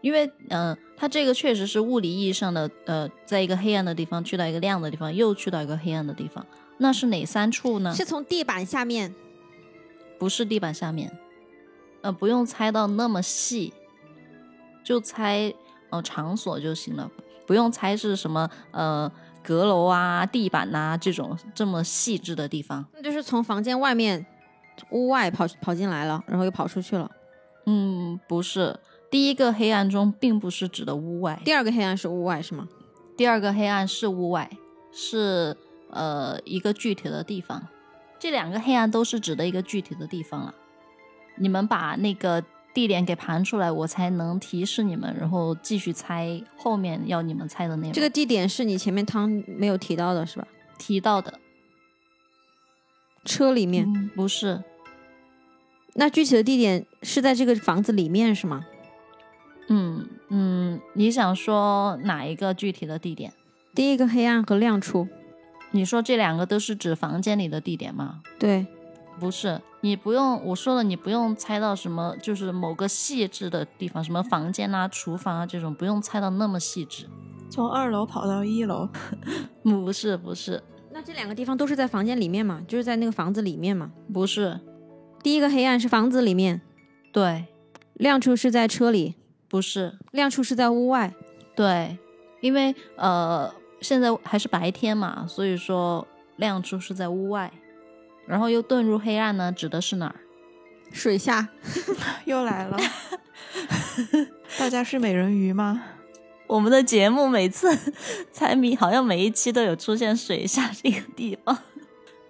[SPEAKER 4] 因为嗯、呃它这个确实是物理意义上的，呃，在一个黑暗的地方去到一个亮的地方，又去到一个黑暗的地方，那是哪三处呢？
[SPEAKER 2] 是从地板下面？
[SPEAKER 4] 不是地板下面？呃，不用猜到那么细，就猜呃场所就行了，不用猜是什么呃阁楼啊、地板呐、这种这么细致的地方。
[SPEAKER 2] 那就是从房间外面、屋外跑跑进来了，然后又跑出去了。
[SPEAKER 4] 嗯，不是。第一个黑暗中并不是指的屋外，
[SPEAKER 2] 第二个黑暗是屋外是吗？
[SPEAKER 4] 第二个黑暗是屋外，是呃一个具体的地方。这两个黑暗都是指的一个具体的地方了。你们把那个地点给盘出来，我才能提示你们，然后继续猜后面要你们猜的内容。
[SPEAKER 2] 这个地点是你前面汤没有提到的是吧？
[SPEAKER 4] 提到的，
[SPEAKER 2] 车里面。
[SPEAKER 4] 嗯，不是，
[SPEAKER 2] 那具体的地点是在这个房子里面是吗？
[SPEAKER 4] 嗯嗯，你想说哪一个具体的地点？
[SPEAKER 2] 第一个黑暗和亮处，
[SPEAKER 4] 你说这两个都是指房间里的地点吗？
[SPEAKER 2] 对，
[SPEAKER 4] 不是，你不用我说了，你不用猜到什么，就是某个细致的地方，什么房间啊、厨房啊这种，不用猜到那么细致。
[SPEAKER 3] 从二楼跑到一楼，
[SPEAKER 4] 不是，不是，
[SPEAKER 2] 那这两个地方都是在房间里面嘛，就是在那个房子里面嘛。
[SPEAKER 4] 不是，
[SPEAKER 2] 第一个黑暗是房子里面，
[SPEAKER 4] 对，
[SPEAKER 2] 亮处是在车里，
[SPEAKER 4] 不是，
[SPEAKER 2] 亮处是在屋外。
[SPEAKER 4] 对，因为呃，现在还是白天嘛，所以说亮处是在屋外，然后又遁入黑暗呢，指的是哪儿？
[SPEAKER 2] 水下
[SPEAKER 3] 又来 了。大家是美人鱼吗？
[SPEAKER 4] 我们的节目每次 猜谜，好像每一期都有出现水下这个地方，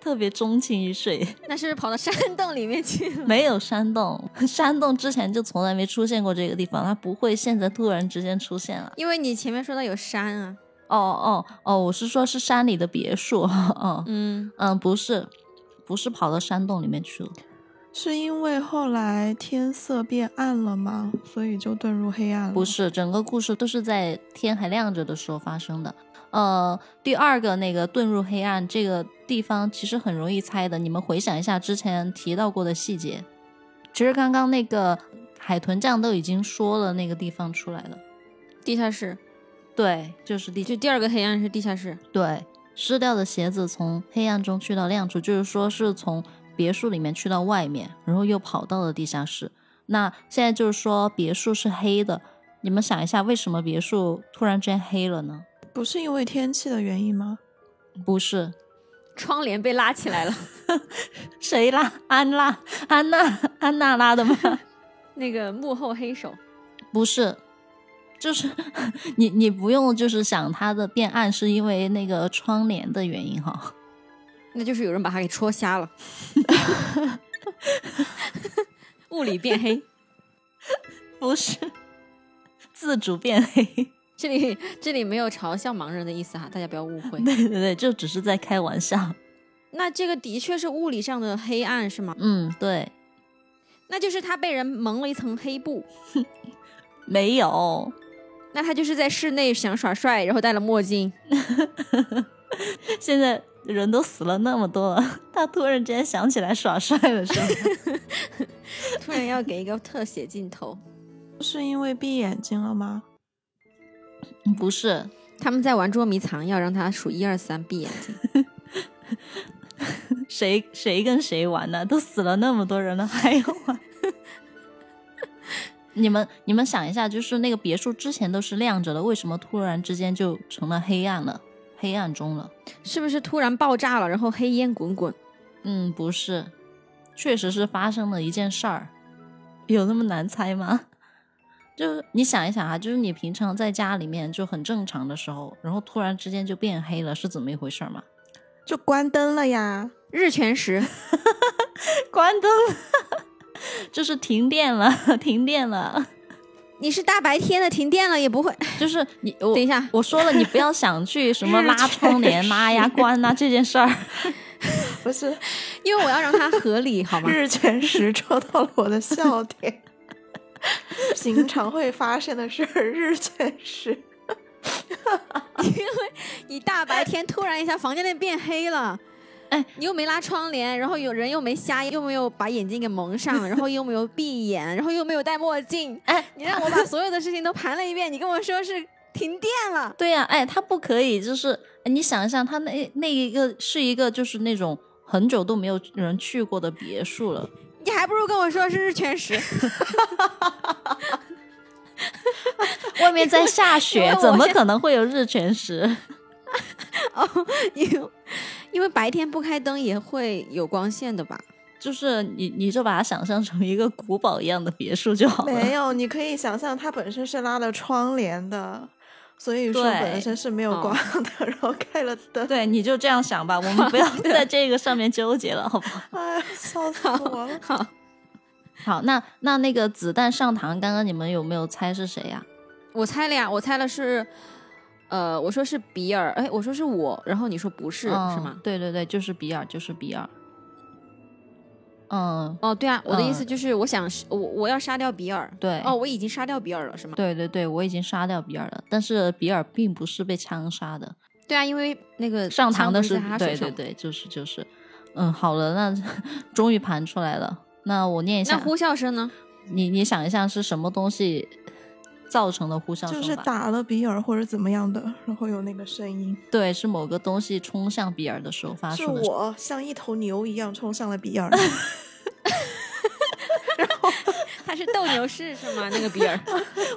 [SPEAKER 4] 特别钟情于水。
[SPEAKER 2] 那是不是跑到山洞里面去 了？
[SPEAKER 4] 没有山洞，山洞之前就从来没出现过这个地方，它不会现在突然之间出现了。
[SPEAKER 2] 因为你前面说到有山啊，
[SPEAKER 4] 哦哦哦，我是说，是山里的别墅。 哦，
[SPEAKER 2] 嗯，
[SPEAKER 4] 嗯，不是，不是跑到山洞里面去了。
[SPEAKER 3] 是因为后来天色变暗了吗？所以就遁入黑暗了？
[SPEAKER 4] 不，是，整个故事都是在天还亮着的时候发生的。呃，第二个那个遁入黑暗这个地方其实很容易猜的，你们回想一下之前提到过的细节。其实刚刚那个海豚酱都已经说了那个地方出来了，
[SPEAKER 2] 地下室，
[SPEAKER 4] 对，就是地
[SPEAKER 2] 就第二个黑暗是地下室。
[SPEAKER 4] 对，湿掉的鞋子从黑暗中去到亮处，就是说是从别墅里面去到外面，然后又跑到了地下室。那现在就是说别墅是黑的，你们想一下，为什么别墅突然之间黑了呢？
[SPEAKER 3] 不是因为天气的原因吗？
[SPEAKER 4] 不是，
[SPEAKER 2] 窗帘被拉起来了，
[SPEAKER 4] 谁拉？安拉、安娜、安娜拉的吗？
[SPEAKER 2] 那个幕后黑手，
[SPEAKER 4] 不是，就是你你不用就是想它的变暗是因为那个窗帘的原因哈。
[SPEAKER 2] 那就是有人把他给戳瞎了， 物理变黑。
[SPEAKER 4] 不是，自主变黑。
[SPEAKER 2] 这里这里没有嘲笑盲人的意思哈，大家不要误会。
[SPEAKER 4] 对对对，就只是在开玩笑。
[SPEAKER 2] 那这个的确是物理上的黑暗是吗？
[SPEAKER 4] 嗯，对，
[SPEAKER 2] 那就是他被人蒙了一层黑布，
[SPEAKER 4] 没有，
[SPEAKER 2] 那他就是在室内想耍帅，然后戴了墨镜。
[SPEAKER 4] 现在人都死了那么多了，他突然之间想起来耍帅了是吗？
[SPEAKER 2] 突然要给一个特写镜头，
[SPEAKER 3] 是因为闭眼睛了吗？
[SPEAKER 4] 不是，
[SPEAKER 2] 他们在玩捉迷藏，要让他数一二三，闭眼睛。
[SPEAKER 4] 谁谁跟谁玩呢？都死了那么多人了，还要玩？ 你们你们想一下，就是那个别墅之前都是亮着的，为什么突然之间就成了黑暗了？黑暗中了？
[SPEAKER 2] 是不是突然爆炸了，然后黑烟滚滚？
[SPEAKER 4] 嗯，不是，确实是发生了一件事儿，有那么难猜吗？ 就是你想一想啊，就是你平常在家里面就很正常的时候，然后突然之间就变黑了，是怎么一回事儿嘛？
[SPEAKER 3] 就关灯了呀。
[SPEAKER 2] 日全食，
[SPEAKER 4] 关灯了， 就是停电了， 停电了，
[SPEAKER 2] 你是大白天的停电了也不会。
[SPEAKER 4] 就是你我
[SPEAKER 2] 等一下，
[SPEAKER 4] 我说了，你不要想去什么
[SPEAKER 3] 日
[SPEAKER 4] 拉
[SPEAKER 3] 全
[SPEAKER 4] 窗帘、拉呀、关呐这件事儿。
[SPEAKER 3] 不是
[SPEAKER 2] 因为我要让它合理，好吗？
[SPEAKER 3] 日全食戳到了我的笑点， 平常会发生的事儿，日全食。
[SPEAKER 2] 你大白天突然一下，房间内变黑了。
[SPEAKER 4] 哎，
[SPEAKER 2] 你又没拉窗帘，然后有人又没瞎，又没有把眼睛给蒙上，然后又没有闭眼，然后又没有戴墨镜。
[SPEAKER 4] 哎，
[SPEAKER 2] 你让我把所有的事情都盘了一遍，你跟我说是停电了，
[SPEAKER 4] 对呀、哎，他不可以，就是哎你想一想，他那那一个是一个就是那种很久都没有人去过的别 墅了。
[SPEAKER 2] 你还不如跟我说是日全食。
[SPEAKER 4] 外面在下
[SPEAKER 2] 因为
[SPEAKER 4] 雪，
[SPEAKER 2] 我
[SPEAKER 4] 怎么
[SPEAKER 2] 现
[SPEAKER 4] 可能会有日全食？
[SPEAKER 2] 哦，因为因为白天不开灯也会有光线的吧？
[SPEAKER 4] 就是你，你就把它想象成一个古堡一样的别墅就好了。
[SPEAKER 3] 没有，你可以想象它本身是拉了窗帘的，所以说
[SPEAKER 4] 对嗯
[SPEAKER 3] 本身是没有
[SPEAKER 2] 哦
[SPEAKER 3] 光的，然后开了灯。
[SPEAKER 4] 对，你就这样想吧，我们不要 在这个上面纠结了，好不 好？
[SPEAKER 3] 哎呀，笑 死我了！
[SPEAKER 2] 好，
[SPEAKER 4] 好，那那那个子弹上膛，刚刚你们有没有猜是谁呀、
[SPEAKER 2] 我猜了呀，我猜了是，呃，我说是比尔，哎，我说是我，然后你说不是、
[SPEAKER 4] 嗯
[SPEAKER 2] 是吗？
[SPEAKER 4] 对对对，就是比尔，就是比尔。嗯，
[SPEAKER 2] 哦，对啊，我的意思
[SPEAKER 4] 嗯
[SPEAKER 2] 就是，我想是我我要杀掉比尔。
[SPEAKER 4] 对
[SPEAKER 2] 哦，我已经杀掉比尔了，是吗？
[SPEAKER 4] 对对对，我已经杀掉比尔了，但是比尔并不是被枪杀的，
[SPEAKER 2] 对啊，因为那个
[SPEAKER 4] 上膛
[SPEAKER 2] 膛
[SPEAKER 4] 的是
[SPEAKER 2] 在他手
[SPEAKER 4] 对对
[SPEAKER 2] 上。
[SPEAKER 4] 对，就是就是，嗯，好了，那 终于盘出来了，那我念一
[SPEAKER 2] 那
[SPEAKER 4] 下，
[SPEAKER 2] 呼啸声呢？
[SPEAKER 4] 你你想一下是什么东西造成的呼啸
[SPEAKER 3] 就
[SPEAKER 4] 声
[SPEAKER 3] 是
[SPEAKER 4] 吧？
[SPEAKER 3] 打了比尔或者怎么样的，然后有那个声音，
[SPEAKER 4] 对，是某个东西冲向比尔的时候发
[SPEAKER 3] 是
[SPEAKER 4] 出的。
[SPEAKER 3] 我像一头牛一样冲向了比尔。
[SPEAKER 2] 他是斗牛士是吗？那个比 尔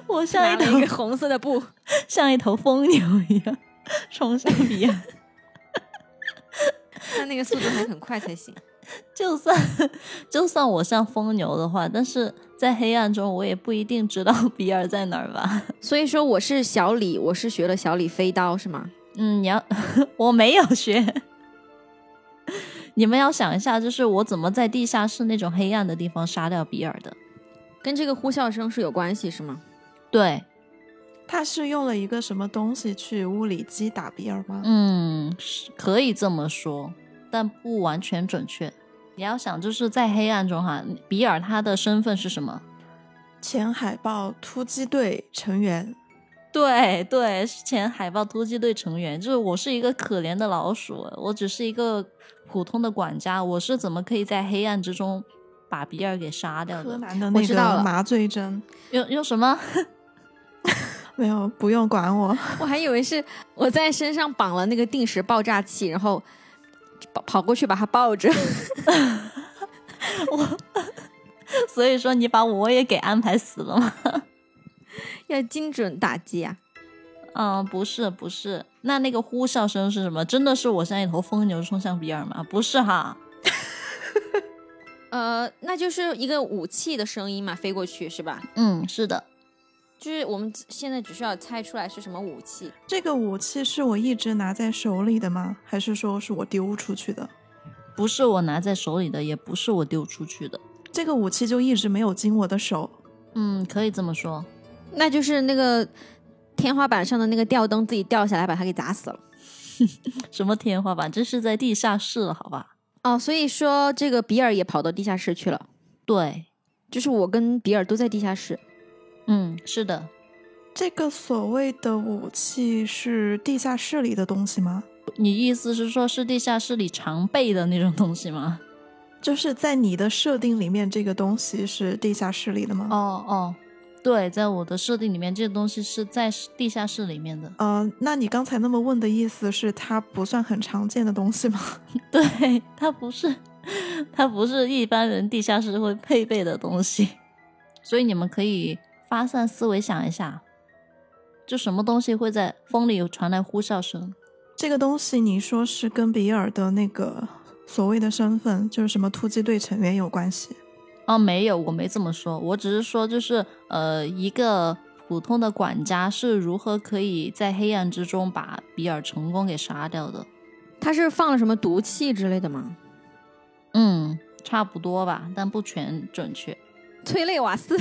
[SPEAKER 4] 我像
[SPEAKER 2] 拿
[SPEAKER 4] 一
[SPEAKER 2] 了一
[SPEAKER 4] 头
[SPEAKER 2] 个红色的布，
[SPEAKER 4] 像一头疯牛一样 冲向比尔，
[SPEAKER 2] 他那个速度还很快才行。
[SPEAKER 4] 就算就算我像疯牛的话，但是在黑暗中我也不一定知道比尔在哪儿吧。
[SPEAKER 2] 所以说我是小李，我是学了小李飞刀是吗？
[SPEAKER 4] 嗯，你要 我没有学。你们要想一下，就是我怎么在地下室那种黑暗的地方杀掉比尔的？
[SPEAKER 2] 跟这个呼啸声是有关系是吗？
[SPEAKER 4] 对，
[SPEAKER 3] 他是用了一个什么东西去物理击打比尔吗？
[SPEAKER 4] 嗯，是可以这么说，但不完全准确。你要想，就是在黑暗中哈，比尔他的身份是什么？
[SPEAKER 3] 前海豹突击队成员，
[SPEAKER 4] 对对，是前海豹突击队成员，就是我是一个可怜的老鼠，我只是一个普通的管家，我是怎么可以在黑暗之中把比尔给杀掉
[SPEAKER 3] 柯
[SPEAKER 4] 的？
[SPEAKER 3] 南的
[SPEAKER 2] 我
[SPEAKER 3] 那
[SPEAKER 2] 知道
[SPEAKER 3] 个
[SPEAKER 2] 了
[SPEAKER 3] 麻醉针，
[SPEAKER 4] 用用什么？
[SPEAKER 3] 没有，不用管我。
[SPEAKER 2] 我还以为是我在身上绑了那个定时爆炸器，然后跑跑过去把它抱着。
[SPEAKER 4] 我所以说你把我也给安排死了吗？
[SPEAKER 2] 要精准打击啊！
[SPEAKER 4] 嗯，不是不是，那那个呼啸声是什么？真的是我像一头疯牛冲向比尔吗？不是哈，
[SPEAKER 2] 呃，那就是一个武器的声音嘛，飞过去是吧？
[SPEAKER 4] 嗯，是的，
[SPEAKER 2] 就是我们只现在只需要猜出来是什么武器。
[SPEAKER 3] 这个武器是我一直拿在手里的吗？还是说是我丢出去的？
[SPEAKER 4] 不是我拿在手里的，也不是我丢出去的。
[SPEAKER 3] 这个武器就一直没有经我的手。
[SPEAKER 4] 嗯，可以这么说。
[SPEAKER 2] 那就是那个天花板上的那个吊灯自己掉下来，把它给砸死了。
[SPEAKER 4] 什么天花板？这是在地下室了，好吧？
[SPEAKER 2] 哦，所以说这个比尔也跑到地下室去了，
[SPEAKER 4] 对，
[SPEAKER 2] 就是我跟比尔都在地下室。
[SPEAKER 4] 嗯，是的，
[SPEAKER 3] 这个所谓的武器是地下室里的东西吗？
[SPEAKER 4] 你意思是说，是地下室里常备的那种东西吗？
[SPEAKER 3] 就是在你的设定里面，这个东西是地下室里的吗？
[SPEAKER 4] 哦哦，对，在我的设定里面，这个东西是在地下室里面的。
[SPEAKER 3] 呃，那你刚才那么问的意思是它不算很常见的东西吗？
[SPEAKER 4] 对，它不是，它不是一般人地下室会配备的东西，所以你们可以发散思维想一下，就什么东西会在风里传来呼啸声？
[SPEAKER 3] 这个东西你说是跟比尔的那个所谓的身份，就是什么突击队成员有关系？
[SPEAKER 4] 哦，没有，我没这么说，我只是说就是呃，一个普通的管家是如何可以在黑暗之中把比尔成功给杀掉的。
[SPEAKER 2] 他是放了什么毒气之类的吗？
[SPEAKER 4] 嗯，差不多吧，但不全准确。
[SPEAKER 2] 催泪瓦斯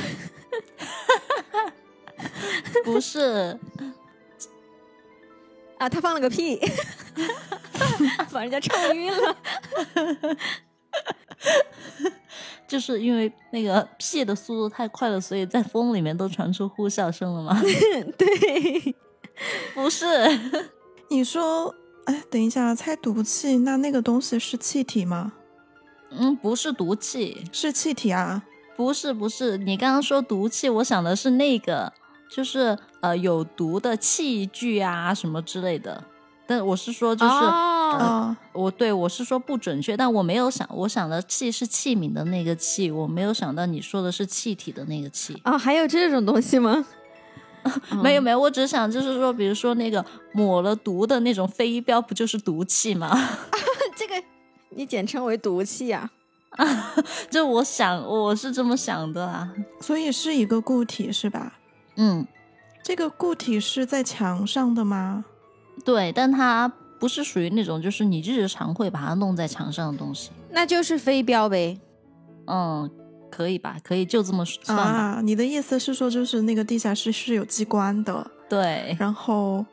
[SPEAKER 4] 不是，
[SPEAKER 2] 啊，他放了个屁， 把人家唱晕了。
[SPEAKER 4] 就是因为那个 屁的速度太快了，所以在风里面都传出呼啸声了吗？
[SPEAKER 2] 对，
[SPEAKER 4] 不是，
[SPEAKER 3] 你说，哎，等一下，猜毒气，那那个东西是气体吗？
[SPEAKER 4] 嗯，不是毒气，
[SPEAKER 3] 是气体啊，
[SPEAKER 4] 不是不是，你刚刚说毒气，我想的是那个，就是呃有毒的器具啊什么之类的。但我是说，就是、
[SPEAKER 2] 哦
[SPEAKER 4] 呃
[SPEAKER 3] 啊、
[SPEAKER 4] 我对我是说不准确，但我没有想，我想的器是器皿的那个器，我没有想到你说的是气体的那个气。
[SPEAKER 2] 啊，还有这种东西吗？ 嗯
[SPEAKER 4] 没有没有，我只想就是说，比如说那个抹了毒的那种飞镖，不就是毒气吗？
[SPEAKER 2] 这个你简称为毒气啊？
[SPEAKER 4] 就我想我是这么想的啊。
[SPEAKER 3] 所以是一个固体是吧？
[SPEAKER 4] 嗯，
[SPEAKER 3] 这个固体是在墙上的吗？
[SPEAKER 4] 对，但它不是属于那种就是你日常会把它弄在墙上的东西。
[SPEAKER 2] 那就是飞镖呗。
[SPEAKER 4] 嗯，可以吧？可以就这么算吧。
[SPEAKER 3] 啊，你的意思是说，就是那个地下室是有机关的，
[SPEAKER 4] 对，
[SPEAKER 3] 然后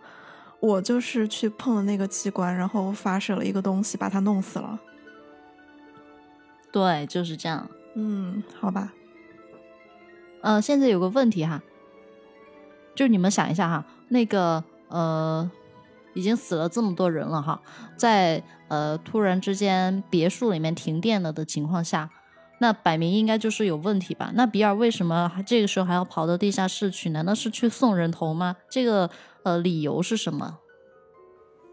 [SPEAKER 3] 我就是去碰了那个机关，然后发射了一个东西，把它弄死了。
[SPEAKER 4] 对，就是这样。
[SPEAKER 3] 嗯，好吧，
[SPEAKER 4] 呃，现在有个问题哈，就是你们想一下哈，那个呃，已经死了这么多人了哈，在呃突然之间别墅里面停电了的情况下，那摆明应该就是有问题吧？那比尔为什么还这个时候还要跑到地下室去？难道是去送人头吗？这个呃理由是什么？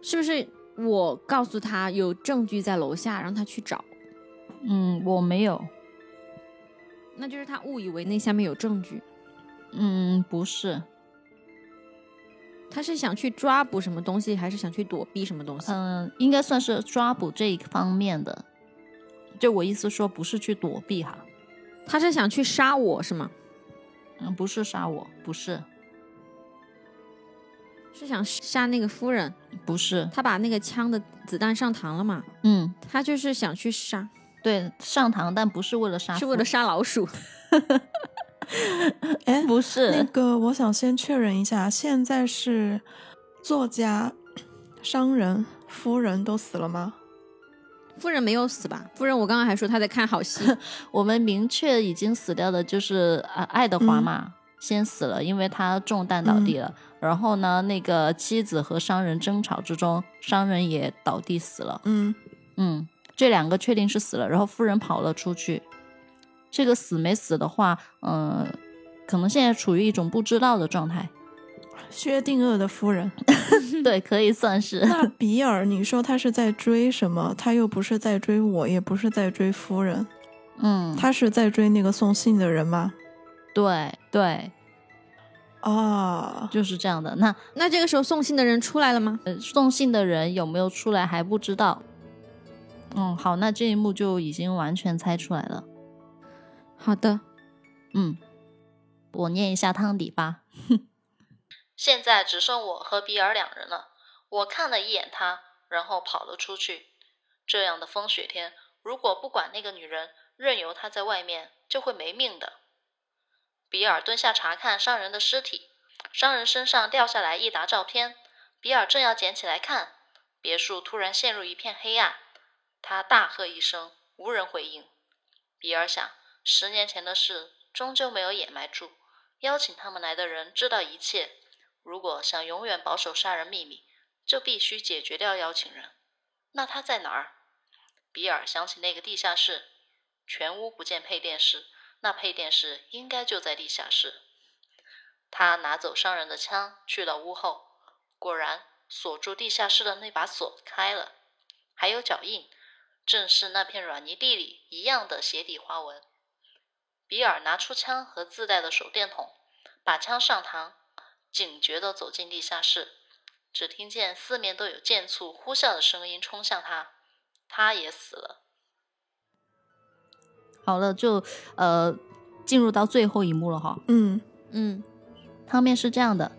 [SPEAKER 2] 是不是我告诉他有证据在楼下，让他去找？
[SPEAKER 4] 嗯，我没有。
[SPEAKER 2] 那就是他误以为那下面有证据，
[SPEAKER 4] 嗯，不是。
[SPEAKER 2] 他是想去抓捕什么东西，还是想去躲避什么东西？
[SPEAKER 4] 嗯，应该算是抓捕这一方面的。就我意思说，不是去躲避哈。
[SPEAKER 2] 他是想去杀我是吗？
[SPEAKER 4] 嗯，不是杀我，不是，
[SPEAKER 2] 是想杀那个夫人？
[SPEAKER 4] 不是，
[SPEAKER 2] 他把那个枪的子弹上膛了嘛？
[SPEAKER 4] 嗯，
[SPEAKER 2] 他就是想去杀，
[SPEAKER 4] 对，上膛，但不是为了杀，
[SPEAKER 2] 是为了，杀老鼠。
[SPEAKER 3] 哎，
[SPEAKER 4] 不
[SPEAKER 3] 那
[SPEAKER 4] 是，
[SPEAKER 3] 个我想先确认一下，现在是作家、商人、夫人都死了吗？
[SPEAKER 2] 夫人没有死吧？夫人，我刚刚还说她在看好戏。
[SPEAKER 4] 我们明确已经死掉的就是呃爱德
[SPEAKER 2] 嗯
[SPEAKER 4] 华嘛，先死了，因为他中弹倒地了。然后呢，那个妻子和商人争吵之中，商人也倒地死了。
[SPEAKER 3] 嗯，
[SPEAKER 4] 嗯，这两个确定是死了，然后夫人跑了出去。这个死没死的话，嗯、可能现在处于一种不知道的状态，
[SPEAKER 3] 薛定谔的夫人。
[SPEAKER 2] 嗯
[SPEAKER 4] 对，可以算是。
[SPEAKER 3] 那比尔，你说他是在追什么？他又不是在追我，也不是在追夫人。
[SPEAKER 4] 嗯，
[SPEAKER 3] 他是在追那个送信的人吗？
[SPEAKER 4] 对对，
[SPEAKER 3] 啊，
[SPEAKER 4] 就是这样的。那
[SPEAKER 2] 那这个时候送信的人出来了吗？
[SPEAKER 4] 呃送信的人有没有出来还不知道。嗯，好，那这一幕就已经完全猜出来了。
[SPEAKER 2] 好的，
[SPEAKER 4] 嗯，我念一下汤底吧。
[SPEAKER 1] 现在只剩我和比尔两人了。我看了一眼他，然后跑了出去。这样的风雪天，如果不管那个女人，任由她在外面，就会没命的。比尔蹲下查看商人的尸体，商人身上掉下来一沓照片。比尔正要捡起来看，别墅突然陷入一片黑暗。他大喝一声，无人回应。比尔想，十年前的事终究没有掩埋住，邀请他们来的人知道一切，如果想永远保守杀人秘密，就必须解决掉邀请人。那他在哪儿？比尔想起那个地下室，全屋不见配电室，那配电室应该就在地下室。他拿走商人的枪，去到屋后，果然锁住地下室的那把锁开了，还有脚印，正是那片软泥地里一样的鞋底花纹。比尔拿出枪和自带的手电筒，把枪上膛，警觉地走进地下室。只听见四面都有剑簇呼啸的声音冲向他，他也死了。
[SPEAKER 4] 好了，就呃进入到最后一幕了哈。
[SPEAKER 3] 嗯，
[SPEAKER 2] 嗯，
[SPEAKER 4] 汤面是这样的，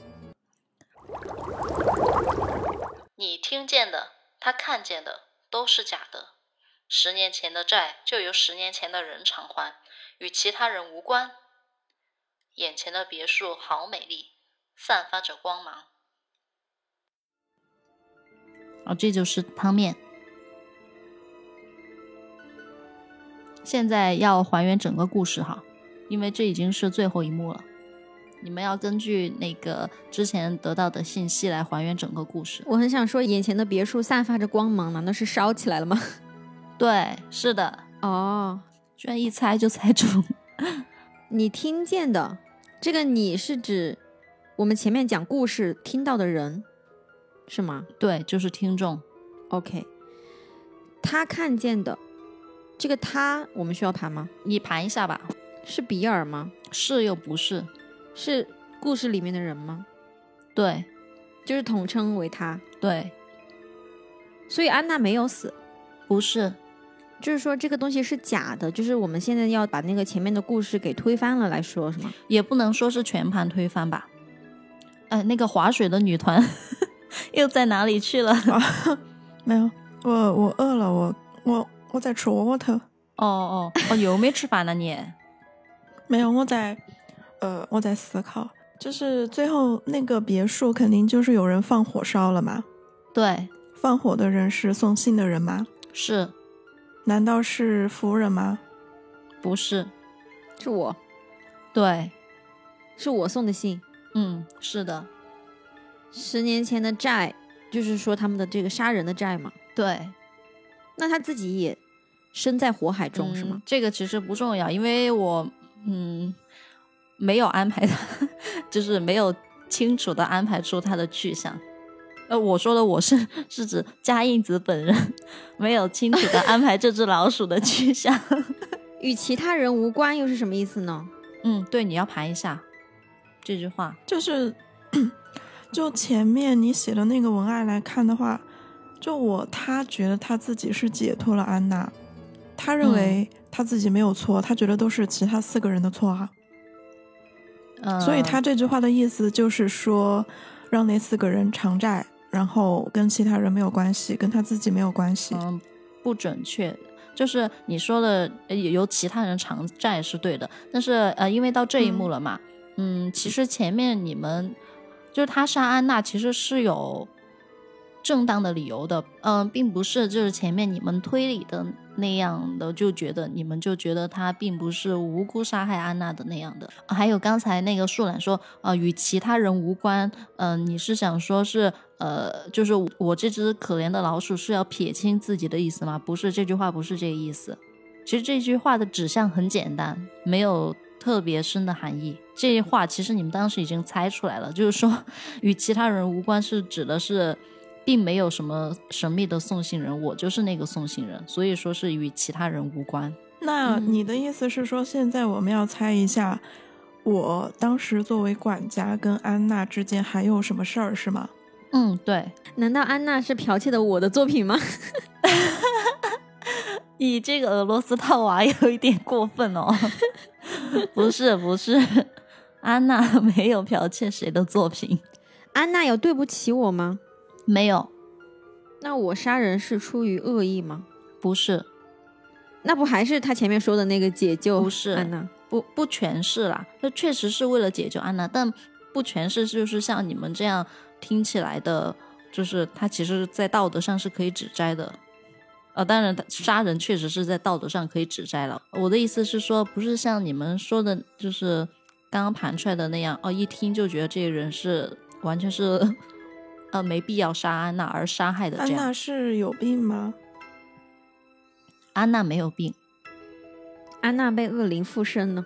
[SPEAKER 1] 你听见的，他看见的，都是假的。十年前的债就由十年前的人偿还，与其他人无关。眼前的别墅好美丽，散发着光芒。
[SPEAKER 4] 啊，这就是汤面。现在要还原整个故事哈，因为这已经是最后一幕了。你们要根据那个之前得到的信息来还原整个故事。
[SPEAKER 2] 我很想说，眼前的别墅散发着光芒，难道是烧起来了吗？
[SPEAKER 4] 对，是的，
[SPEAKER 2] 哦，
[SPEAKER 4] 居然一猜就猜中。
[SPEAKER 2] 你听见的这个你是指我们前面讲故事听到的人是吗
[SPEAKER 4] 对，就是听众。
[SPEAKER 2] ？OK，他看见的这个他，我们需要盘吗？
[SPEAKER 4] 你盘一下吧，
[SPEAKER 2] 是比尔吗？
[SPEAKER 4] 是又不是？
[SPEAKER 2] 是故事里面的人吗？
[SPEAKER 4] 对
[SPEAKER 2] 就是统称为他，
[SPEAKER 4] 对，
[SPEAKER 2] 所以安娜没有死，
[SPEAKER 4] 不是，
[SPEAKER 2] 就是说这个东西是假的，就是我们现在要把那个前面的故事给推翻了来说，是吗？
[SPEAKER 4] 也不能说是全盘推翻吧。哎，那个划水的女团 又在哪里去了？
[SPEAKER 3] 没有，我我饿了，我我我在吃窝头，
[SPEAKER 4] 哦哦哦，有没吃饭呢你？
[SPEAKER 3] 没有，我在呃我在思考，就是最后那个别墅肯定就是有人放火烧了嘛，
[SPEAKER 4] 对，
[SPEAKER 3] 放火的人是送信的人吗？
[SPEAKER 4] 是
[SPEAKER 3] 难道是夫人吗？
[SPEAKER 4] 不是？
[SPEAKER 2] 是我，
[SPEAKER 4] 对，
[SPEAKER 2] 是我送的信。
[SPEAKER 4] 嗯，是的，
[SPEAKER 2] 十年前的债，就是说他们的这个杀人的债嘛。
[SPEAKER 4] 对，
[SPEAKER 2] 那他自己也身在火海中、是
[SPEAKER 4] 嗯
[SPEAKER 2] 吗？
[SPEAKER 4] 这个其实不重要，因为我嗯没有安排他， 就是没有清楚的安排出他的去向。呃，我说的我是是指加印子本人没有清楚的安排这只老鼠的去向。
[SPEAKER 2] 与其他人无关又是什么意思呢？
[SPEAKER 4] 嗯，对，你要盘一下这句话。
[SPEAKER 3] 就是就前面你写的那个文案来看的话，就我他觉得他自己是解脱了安娜，他认为
[SPEAKER 4] 嗯
[SPEAKER 3] 他自己没有错，他觉得都是其他四个人的错啊，
[SPEAKER 4] 呃、
[SPEAKER 3] 所以他这句话的意思就是说，让那四个人偿债，然后跟其他人没有关系，跟他自己没有关系。
[SPEAKER 4] 嗯不准确，就是你说的呃由其他人偿债是对的，但是呃因为到这一幕了嘛，嗯其实前面你们就是他杀安娜其实是有正当的理由的，嗯、并不是就是前面你们推理的那样的，就觉得你们就觉得他并不是无辜杀害安娜的那样的。啊还有刚才那个树懒说，呃，与其他人无关，嗯、你是想说是呃，就是我这只可怜的老鼠是要撇清自己的意思吗？不是，这句话不是这个意思。其实这句话的指向很简单，没有特别深的含义。这句话其实你们当时已经猜出来了，就是说与其他人无关，是指的是并没有什么神秘的送信人，我就是那个送信人，所以说是与其他人无关。
[SPEAKER 3] 那
[SPEAKER 4] 嗯
[SPEAKER 3] 你的意思是说，现在我们要猜一下，我当时作为管家跟安娜之间还有什么事儿是吗？
[SPEAKER 4] 嗯，对，
[SPEAKER 2] 难道安娜是剽窃的我的作品吗？
[SPEAKER 4] 你这个俄罗斯套娃 有一点过分哦。 不是不是，安娜没有剽窃谁的作品，
[SPEAKER 2] 安娜有对不起我吗？
[SPEAKER 4] 没有，
[SPEAKER 2] 那我杀人是出于恶意吗？
[SPEAKER 4] 不是
[SPEAKER 2] 那不还是他前面说的那个解救
[SPEAKER 4] 不是
[SPEAKER 2] 安娜？
[SPEAKER 4] 不不全是啦，就确实是为了解救安娜，但不全是就是像你们这样听起来的，就是他其实在道德上是可以指摘的。呃，当然，杀人确实是在道德上可以指摘了。我的意思是说，不是像你们说的，就是刚刚盘出来的那样，哦，一听就觉得这个人是完全是， 呃，没必要杀安娜而杀害的这
[SPEAKER 3] 安
[SPEAKER 4] 样。
[SPEAKER 3] 娜是有病吗？
[SPEAKER 4] 安娜没有病，
[SPEAKER 2] 安娜被恶灵附身呢？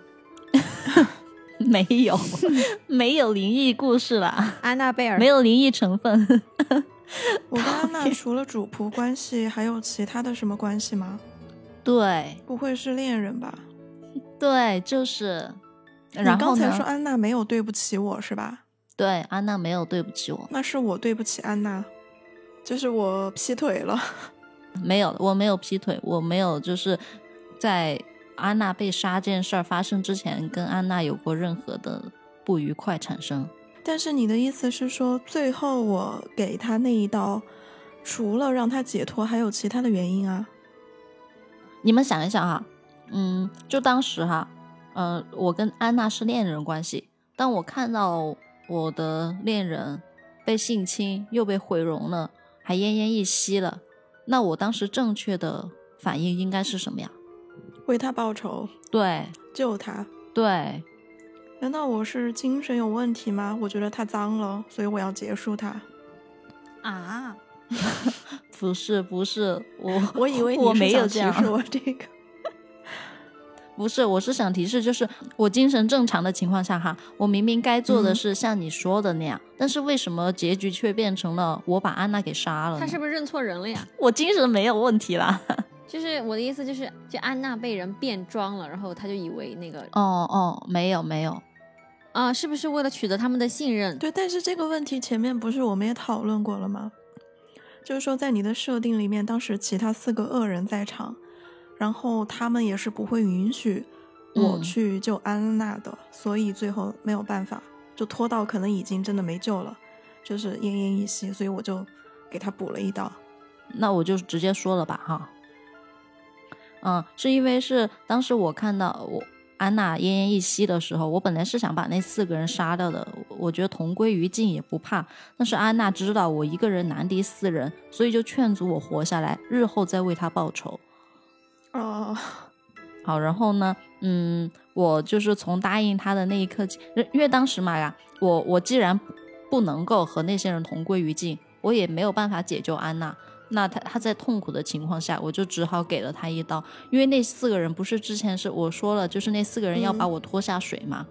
[SPEAKER 4] 没 有，没有灵异故事啦，
[SPEAKER 2] 安娜贝尔
[SPEAKER 4] 没有灵异成分。
[SPEAKER 3] 我跟安娜除了主仆关系，还有其他的什么关系吗？
[SPEAKER 4] 对，
[SPEAKER 3] 不会是恋人吧？
[SPEAKER 4] 对，就是。
[SPEAKER 3] 你
[SPEAKER 4] 然后
[SPEAKER 3] 刚才
[SPEAKER 4] 呢？
[SPEAKER 3] 说安娜没有对不起我是吧？
[SPEAKER 4] 对，安娜没有对不起我，
[SPEAKER 3] 那是我对不起安娜，就是我劈腿了。
[SPEAKER 4] 没有，我没有劈腿，我没有就是在安娜被杀这件事儿发生之前跟安娜有过任何的不愉快产生。
[SPEAKER 3] 但是你的意思是说，最后我给他那一刀，除了让他解脱，还有其他的原因啊？
[SPEAKER 4] 你们想一想哈，嗯，就当时哈，呃，我跟安娜是恋人关系，当我看到我的恋人被性侵又被毁容了，还奄奄一息了，那我当时正确的反应应该是什么呀？
[SPEAKER 3] 为他报仇，
[SPEAKER 4] 对
[SPEAKER 3] 救他。
[SPEAKER 4] 对，
[SPEAKER 3] 难道我是精神有问题吗？我觉得他脏了，所以我要结束他。
[SPEAKER 2] 啊？
[SPEAKER 4] 不是不是，我
[SPEAKER 3] 我以为你
[SPEAKER 4] 我
[SPEAKER 3] 是
[SPEAKER 4] 没
[SPEAKER 3] 想
[SPEAKER 4] 有这
[SPEAKER 3] 提示
[SPEAKER 4] 样，
[SPEAKER 3] 我这个。
[SPEAKER 4] 不是，我是想提示，就是我精神正常的情况下哈，我明明该做的
[SPEAKER 3] 嗯
[SPEAKER 4] 是像你说的那样，但是为什么结局却变成了我把安娜给杀了呢？
[SPEAKER 2] 他是不是认错人了呀？
[SPEAKER 4] 我精神没有问题啦？
[SPEAKER 2] 就是我的意思就是，就安娜被人变装了，然后他就以为那个
[SPEAKER 4] 哦哦，没有没有，
[SPEAKER 2] 啊、是不是为了取得他们的信任？
[SPEAKER 3] 对，但是这个问题前面不是我们也讨论过了吗？就是说，在你的设定里面，当时其他四个恶人在场，然后他们也是不会允许我
[SPEAKER 4] 嗯
[SPEAKER 3] 去救安娜的，所以最后没有办法，就拖到可能已经真的没救了，就是奄奄一息，所以我就给他补了一刀。
[SPEAKER 4] 那我就直接说了吧哈。嗯，是因为是当时我看到我安娜奄奄一息的时候，我本来是想把那四个人杀掉的，我我觉得同归于尽也不怕。但是安娜知道我一个人难敌四人，所以就劝阻我活下来，日后再为她报仇。
[SPEAKER 3] 哦，
[SPEAKER 4] 好，然后呢，嗯，我就是从答应他的那一刻起，因为当时嘛呀，我我既然不能够和那些人同归于尽，我也没有办法解救安娜。那他他在痛苦的情况下，我就只好给了他一刀，因为那四个人不是之前是我说了，就是那四个人要把
[SPEAKER 3] 嗯
[SPEAKER 4] 我拖下水嘛，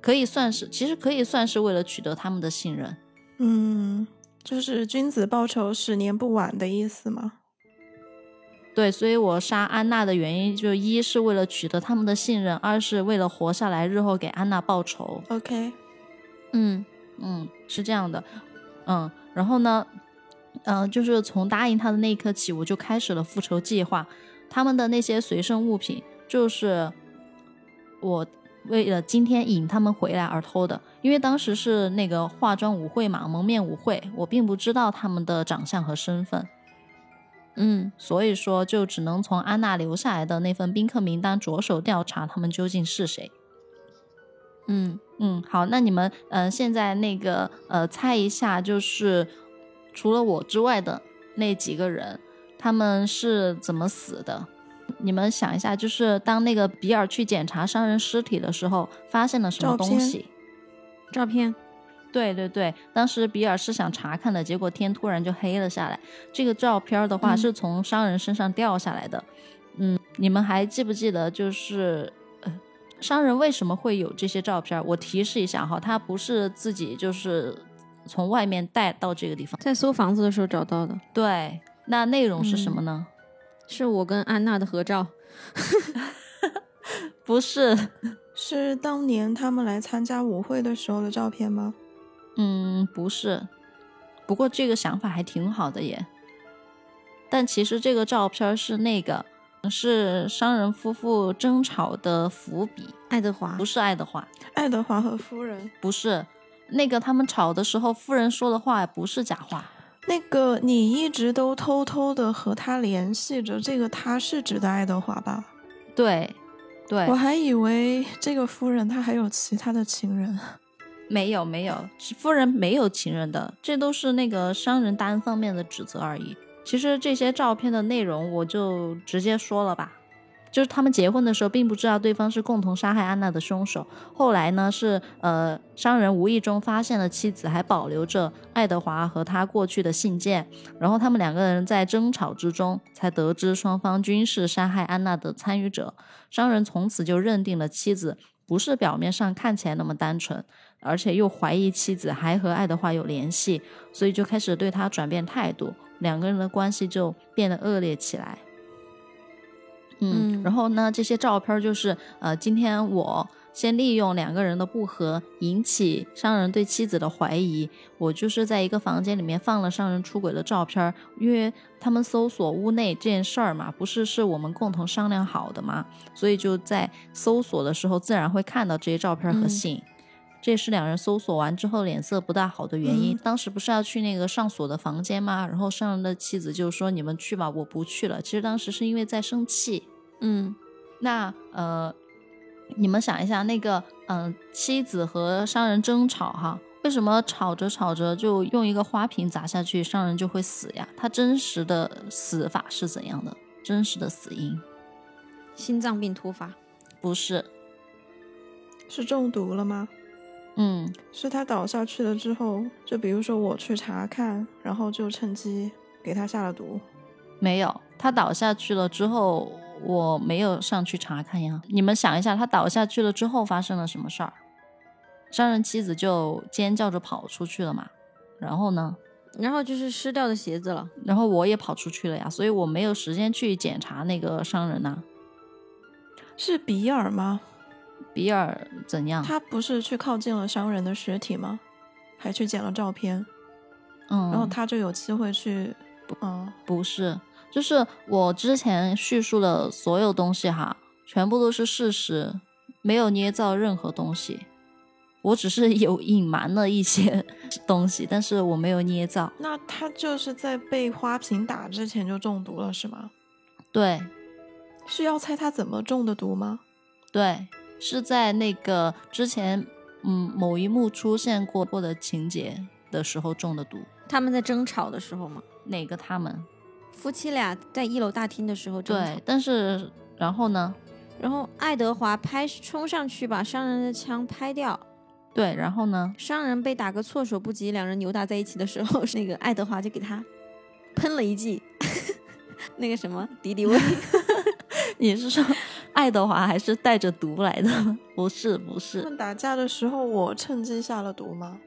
[SPEAKER 4] 可以算是，其实可以算是为了取得他们的信任。
[SPEAKER 3] 嗯，就是君子报仇，十年不晚的意思吗？
[SPEAKER 4] 对，所以我杀安娜的原因，就一是为了取得他们的信任，二是为了活下来，日后给安娜报仇。
[SPEAKER 3] OK，
[SPEAKER 2] 嗯，
[SPEAKER 4] 嗯，是这样的，嗯，然后呢，嗯、就是从答应他的那一刻起，我就开始了复仇计划。他们的那些随身物品，就是我为了今天引他们回来而偷的，因为当时是那个化妆舞会嘛，蒙面舞会，我并不知道他们的长相和身份，
[SPEAKER 2] 嗯，
[SPEAKER 4] 所以说就只能从安娜留下来的那份宾客名单着手调查他们究竟是谁。
[SPEAKER 2] 嗯，
[SPEAKER 4] 嗯，好，那你们呃，现在那个呃，猜一下，就是除了我之外的那几个人，他们是怎么死的？你们想一下，就是当那个比尔去检查商人尸体的时候，发现了什么
[SPEAKER 3] 照
[SPEAKER 4] 东
[SPEAKER 3] 片
[SPEAKER 4] 西？
[SPEAKER 2] 照片
[SPEAKER 4] 对对对，当时比尔是想查看的，结果天突然就黑了下来。这个照片儿的话
[SPEAKER 3] 嗯
[SPEAKER 4] 是从商人身上掉下来的。嗯，你们还记不记得就是？呃商人为什么会有这些照片儿？我提示一下哈，他不是自己就是从外面带到这个地方。
[SPEAKER 2] 在搜房子的时候找到的，
[SPEAKER 4] 对，那内容是什么呢？
[SPEAKER 2] 是我跟安娜的合照。
[SPEAKER 4] 不是，
[SPEAKER 3] 是当年他们来参加舞会的时候的照片吗？
[SPEAKER 4] 嗯，不是。不过这个想法还挺好的耶。但其实这个照片是那个是商人夫妇争吵的伏笔，
[SPEAKER 2] 爱德华
[SPEAKER 4] 不是爱德华，
[SPEAKER 3] 爱德华和夫人，
[SPEAKER 4] 不是那个他们吵的时候，夫人说的话不是假话。
[SPEAKER 3] 那个你一直都偷偷的和他联系着，这个他是指的爱德华吧？
[SPEAKER 4] 对，对
[SPEAKER 3] 我，还以为这个夫人她还有其他的情人。
[SPEAKER 4] 没有没有，夫人没有情人的，这都是那个商人单方面的指责而已。其实这些照片的内容，我就直接说了吧。就是他们结婚的时候，并不知道对方是共同杀害安娜的凶手。后来呢，是呃，商人无意中发现了妻子还保留着爱德华和他过去的信件，然后他们两个人在争吵之中才得知双方均是杀害安娜的参与者。商人从此就认定了妻子不是表面上看起来那么单纯，而且又怀疑妻子还和爱德华有联系，所以就开始对他转变态度，两个人的关系就变得恶劣起来。嗯，
[SPEAKER 2] 嗯
[SPEAKER 4] 然后呢，这些照片儿就是呃，今天我先利用两个人的不和引起商人对妻子的怀疑，我就是在一个房间里面放了商人出轨的照片儿，因为他们搜索屋内这件事儿嘛，不是是我们共同商量好的嘛，所以就在搜索的时候自然会看到这些照片儿和
[SPEAKER 3] 嗯
[SPEAKER 4] 信。这也是两人搜索完之后脸色不大好的原因。
[SPEAKER 3] 嗯
[SPEAKER 4] 当时不是要去那个上锁的房间吗？然后商人的妻子就说：“你们去吧，我不去了。”其实当时是因为在生气。
[SPEAKER 2] 嗯
[SPEAKER 4] 那呃，你们想一下，那个嗯、呃妻子和商人争吵哈，为什么吵着吵着就用一个花瓶砸下去，商人就会死呀？他真实的死法是怎样的？真实的死因
[SPEAKER 2] 心脏病突发，
[SPEAKER 4] 不是，
[SPEAKER 3] 是中毒了吗？
[SPEAKER 4] 嗯，
[SPEAKER 3] 是他倒下去了之后，就比如说我去查看，然后就趁机给他下了毒。
[SPEAKER 4] 没有，他倒下去了之后，我没有上去查看呀。你们想一下，他倒下去了之后发生了什么事儿？商人妻子就尖叫着跑出去了嘛，然后呢？
[SPEAKER 2] 然后就是湿掉的鞋子了。
[SPEAKER 4] 然后我也跑出去了呀，所以我没有时间去检查那个商人呐、
[SPEAKER 3] 是比尔吗？
[SPEAKER 4] 比尔怎样？
[SPEAKER 3] 他不是去靠近了商人的尸体吗？还去捡了照片，
[SPEAKER 4] 嗯，
[SPEAKER 3] 然后他就有机会去，嗯，
[SPEAKER 4] 不是，就是我之前叙述的所有东西哈，全部都是事实，没有捏造任何东西。我只是有隐瞒了一些 东西，但是我没有捏造。
[SPEAKER 3] 那他就是在被花瓶打之前就中毒了，是吗？
[SPEAKER 4] 对
[SPEAKER 3] 是要猜他怎么中的毒吗？
[SPEAKER 4] 对，是在那个之前嗯某一幕出现过过的情节的时候中的毒。
[SPEAKER 2] 他们在争吵的时候嘛，
[SPEAKER 4] 哪个他们？
[SPEAKER 2] 夫妻俩在一楼大厅的时候争吵
[SPEAKER 4] 对，，但是然后呢？
[SPEAKER 2] 然后爱德华拍冲上去把商人的枪拍掉，
[SPEAKER 4] 对，然后呢？
[SPEAKER 2] 商人被打个措手不及，两人扭打在一起的时候， 那个爱德华就给他喷了一记 那个什么敌敌畏，
[SPEAKER 4] 你是说爱德华还是带着毒来的？不是，不
[SPEAKER 3] 他
[SPEAKER 4] 是，
[SPEAKER 3] 们打架的时候，我趁机下了毒吗？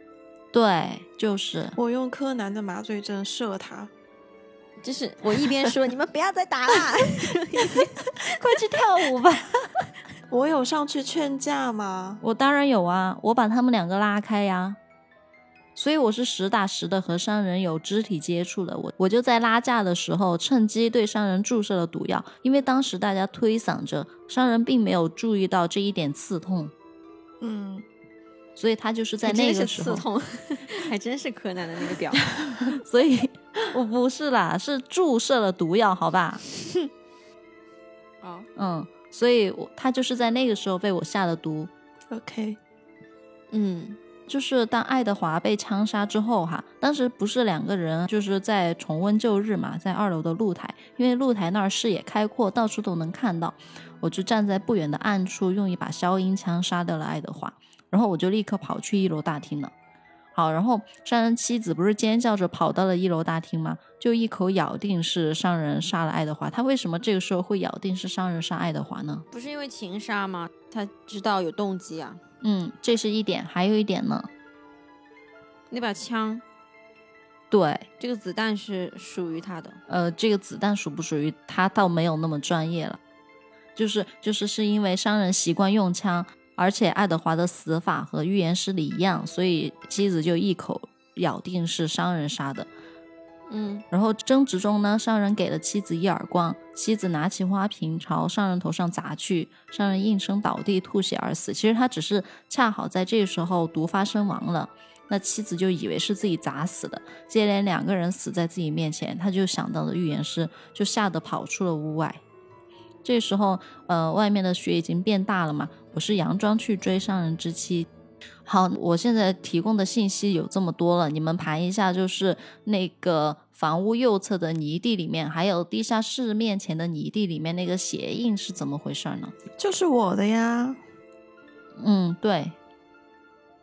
[SPEAKER 4] 对，就是
[SPEAKER 3] 我用柯南的麻醉针射他，
[SPEAKER 2] 就是我一边说你们不要再打啦， 快去跳舞吧。
[SPEAKER 3] 我有上去劝架吗？
[SPEAKER 4] 我当然有啊，我把他们两个拉开呀、所以我是实打实的和商人有肢体接触的，我我就在拉架的时候趁机对商人注射了毒药，因为当时大家推搡着，商人并没有注意到这一点刺痛，
[SPEAKER 3] 嗯，
[SPEAKER 4] 所以他就是在
[SPEAKER 2] 还
[SPEAKER 4] 那
[SPEAKER 2] 真是
[SPEAKER 4] 个时
[SPEAKER 2] 刺
[SPEAKER 4] 候，
[SPEAKER 2] 痛， 还真是柯南的那个 表。
[SPEAKER 4] 所以我不是啦，是注射了毒药，好吧？
[SPEAKER 2] 哦，
[SPEAKER 4] 嗯，所以我他就是在那个时候被我下了毒。
[SPEAKER 3] OK，
[SPEAKER 2] 嗯，
[SPEAKER 4] 就是当爱德华被枪杀之后哈，当时不是两个人就是在重温旧日嘛，在二楼的露台，因为露台那儿视野开阔，到处都能看到。我就站在不远的暗处，用一把消音枪杀掉了爱德华，然后我就立刻跑去一楼大厅了。好，然后商人妻子不是尖叫着跑到了一楼大厅吗？就一口咬定是商人杀了爱德华。他为什么这个时候会咬定是商人杀爱德华呢？
[SPEAKER 2] 不是因为情杀吗？他知道有动机啊，
[SPEAKER 4] 嗯，这是一点，还有一点呢，
[SPEAKER 2] 那把枪，
[SPEAKER 4] 对，
[SPEAKER 2] 这个子弹是属于他的。
[SPEAKER 4] 呃，这个子弹属不属于他倒没有那么专业了。就是就是是因为商人习惯用枪，而且爱德华的死法和预言失礼一样，所以妻子就一口咬定是商人杀的。
[SPEAKER 2] 嗯，
[SPEAKER 4] 然后争执中呢，商人给了妻子一耳光，妻子拿起花瓶朝商人头上砸去，商人应声倒地吐血而死。其实他只是恰好在这时候毒发身亡了，那妻子就以为是自己砸死的。接连两个人死在自己面前，他就想到了预言师，就吓得跑出了屋外。这时候，呃，外面的雪已经变大了嘛，我是佯装去追商人之妻，好，我现在提供的信息有这么多了，你们盘一下，就是那个房屋右侧的泥地里面，还有地下室面前的泥地里面那个鞋印是怎么回事呢？
[SPEAKER 3] 就是我的呀。
[SPEAKER 4] 嗯，对，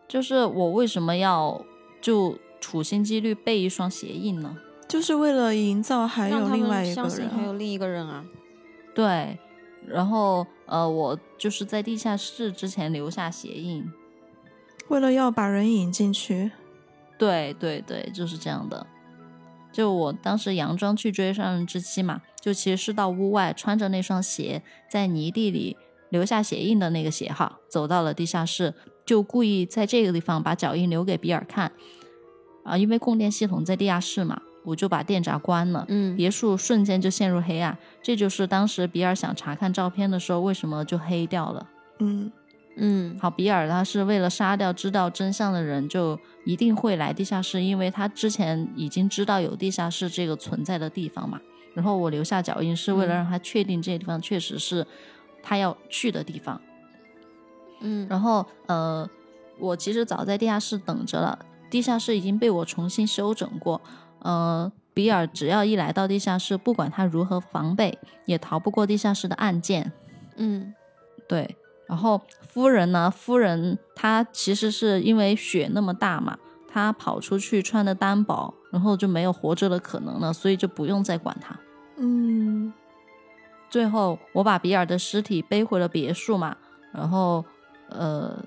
[SPEAKER 4] 就是我为什么要就处心积虑备一双鞋印呢？
[SPEAKER 3] 就是为了营造还
[SPEAKER 2] 让
[SPEAKER 3] 有
[SPEAKER 2] 他
[SPEAKER 3] 另外
[SPEAKER 2] 们
[SPEAKER 3] 一个
[SPEAKER 2] 相信还有
[SPEAKER 3] 人，
[SPEAKER 2] 另一个人啊。
[SPEAKER 4] 对，然后呃，我就是在地下室之前留下鞋印，
[SPEAKER 3] 为了要把人引进去。
[SPEAKER 4] 对对对，就是这样的。就我当时佯装去追上人之妻嘛，就其实是到屋外穿着那双鞋，在泥地里留下鞋印的那个鞋号，走到了地下室，就故意在这个地方把脚印留给比尔看。啊，因为供电系统在地下室嘛，我就把电闸关了。
[SPEAKER 2] 嗯
[SPEAKER 4] 别墅瞬间就陷入黑暗，这就是当时比尔想查看照片的时候，为什么就黑掉了。
[SPEAKER 3] 嗯，
[SPEAKER 2] 嗯，
[SPEAKER 4] 好，比尔他是为了杀掉知道真相的人，就一定会来地下室，因为他之前已经知道有地下室这个存在的地方嘛。然后我留下脚印是为了
[SPEAKER 2] 嗯
[SPEAKER 4] 让他确定这个地方确实是他要去的地方。
[SPEAKER 2] 嗯，
[SPEAKER 4] 然后呃，我其实早在地下室等着了，地下室已经被我重新修整过。呃，比尔只要一来到地下室，不管他如何防备，也逃不过地下室的暗箭。
[SPEAKER 2] 嗯
[SPEAKER 4] 对，然后夫人呢？夫人她其实是因为雪那么大嘛，她跑出去穿的单薄，然后就没有活着的可能了，所以就不用再管她。
[SPEAKER 3] 嗯，
[SPEAKER 4] 最后，我把比尔的尸体背回了别墅嘛，然后呃，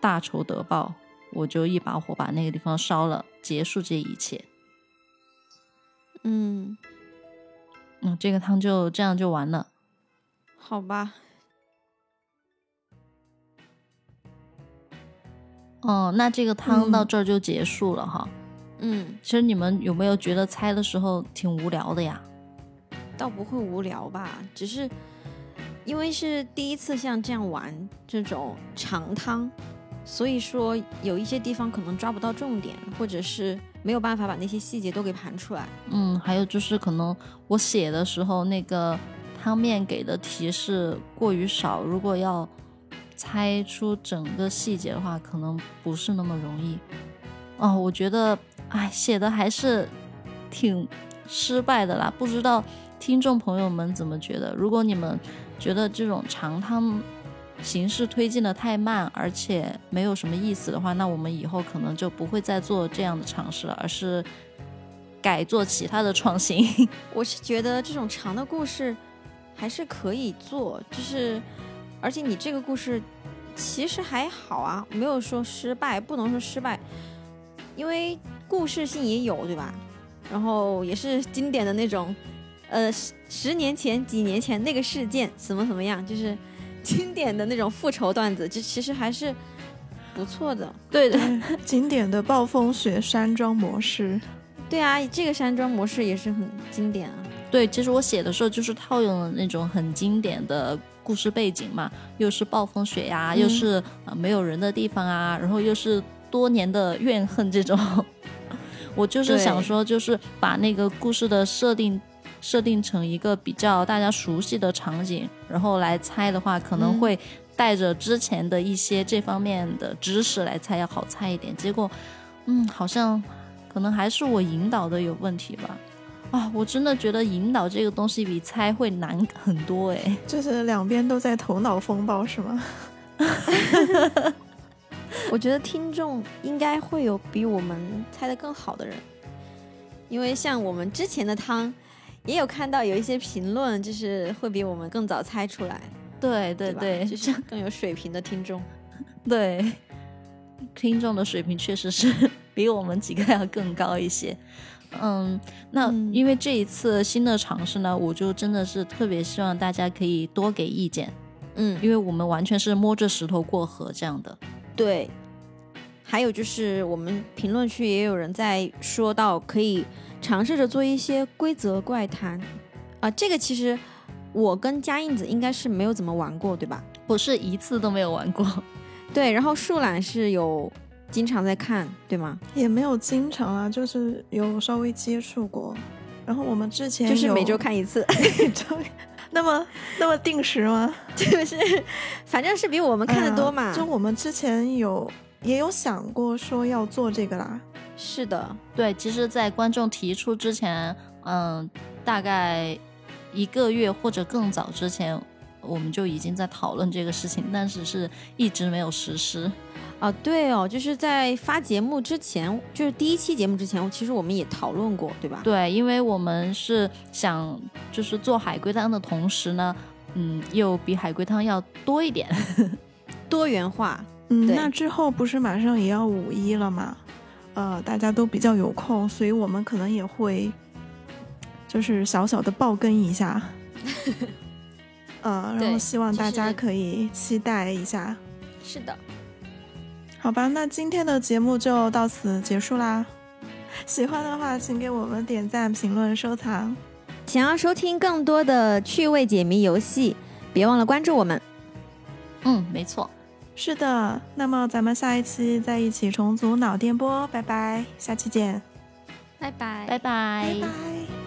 [SPEAKER 4] 大仇得报，我就一把火把那个地方烧了，结束这一切。
[SPEAKER 2] 嗯，
[SPEAKER 4] 嗯，这个汤就这样就完了。
[SPEAKER 2] 好吧，
[SPEAKER 4] 哦、那这个汤到
[SPEAKER 3] 嗯
[SPEAKER 4] 这儿就结束了哈。
[SPEAKER 2] 嗯，
[SPEAKER 4] 其实你们有没有觉得猜的时候挺无聊的呀？
[SPEAKER 2] 倒不会无聊吧，只是因为是第一次像这样玩这种长汤，所以说有一些地方可能抓不到重点，或者是没有办法把那些细节都给盘出来。
[SPEAKER 4] 嗯，还有就是可能我写的时候那个汤面给的提示过于少，如果要猜出整个细节的话，可能不是那么容易。哦，我觉得，哎，写的还是挺失败的啦。不知道听众朋友们怎么觉得？如果你们觉得这种长汤形式推进的太慢，而且没有什么意思的话，那我们以后可能就不会再做这样的尝试了，而是改做其他的创新。
[SPEAKER 2] 我是觉得这种长的故事还是可以做，就是而且你这个故事其实还好啊，没有说失败，不能说失败，因为故事性也有，对吧？然后也是经典的那种，呃，十十年前、几年前那个事件怎么怎么样，就是 经典的那种复仇段子，这其实还是不错的。
[SPEAKER 4] 对的，
[SPEAKER 3] 经典的暴风雪山庄模式。
[SPEAKER 2] 对啊，这个山庄模式也是很经典啊。
[SPEAKER 4] 对，其实我写的时候就是套用了那种很经典的故事背景嘛，又是暴风雪呀、
[SPEAKER 2] 嗯
[SPEAKER 4] 又是呃没有人的地方啊，然后又是多年的怨恨这种。 我就是想说，就是把那个故事的设定设定成一个比较大家熟悉的场景，然后来猜的话，可能
[SPEAKER 2] 嗯
[SPEAKER 4] 会带着之前的一些这方面的知识来猜，要好猜一点。结果，嗯，好像可能还是我引导的有问题吧。啊，我真的觉得引导这个东西比猜会难很多哎。
[SPEAKER 3] 就是两边都在头脑风暴是吗？
[SPEAKER 2] 我觉得听众应该会有比我们猜的更好的人，因为像我们之前的汤，也有看到有一些评论，就是会比我们更早猜出来，
[SPEAKER 4] 对对
[SPEAKER 2] 吧
[SPEAKER 4] 对，
[SPEAKER 2] 就是 更有水平的听众。
[SPEAKER 4] 对，听众的水平确实是 比我们几个要更高一些。嗯，那
[SPEAKER 3] 嗯
[SPEAKER 4] 因为这一次新的尝试呢，我就真的是特别希望大家可以多给意见，
[SPEAKER 2] 嗯，
[SPEAKER 4] 因为我们完全是摸着石头过河这样的。
[SPEAKER 2] 对，还有就是我们评论区也有人在说到可以尝试着做一些规则怪谈啊、这个其实我跟佳印子应该是没有怎么玩过，对吧？
[SPEAKER 4] 我是一次都没有玩过，
[SPEAKER 2] 对，然后树懒是有经常在看，对吗？
[SPEAKER 3] 也没有经常啊，就是有稍微接触过。然后我们之前
[SPEAKER 2] 就是
[SPEAKER 3] 有
[SPEAKER 2] 每周，看一 次，
[SPEAKER 3] 对那么那么定时吗？
[SPEAKER 2] 就是反正是比我们看的多嘛。
[SPEAKER 3] 哎呀就我们之前有也有想过说要做这个啦，
[SPEAKER 2] 是的，
[SPEAKER 4] 对，其实，在观众提出之前，嗯，大概一个月或者更早之前，我们就已经在讨论这个事情，但是是一直没有实施。
[SPEAKER 2] 啊，对哦，就是在发节目之前，就是第一期节目之前，其实我们也讨论过，对吧？
[SPEAKER 4] 对，因为我们是想就是做海龟汤的同时呢，嗯，又比海龟汤要多一点。
[SPEAKER 2] 多元化，
[SPEAKER 3] 嗯，
[SPEAKER 2] 对
[SPEAKER 3] 那之后不是马上也要五一了嘛？呃，大家都比较有空，所以我们可能也会就是小小的爆更一 下。呃，然
[SPEAKER 2] 对
[SPEAKER 3] 后希望
[SPEAKER 2] 就
[SPEAKER 3] 大家
[SPEAKER 2] 是
[SPEAKER 3] 可以期待一下，
[SPEAKER 2] 是的。
[SPEAKER 3] 好吧？那今天的节目就到此结束啦。喜欢的话，请给我们点赞、评论、收藏。
[SPEAKER 2] 想要收听更多的趣味解谜游戏，别忘了关注我们。
[SPEAKER 4] 嗯，没错。
[SPEAKER 3] 是的，那么咱们下一期再一起重组脑电波，拜拜，下期见，
[SPEAKER 2] 拜拜
[SPEAKER 4] 拜拜
[SPEAKER 3] 拜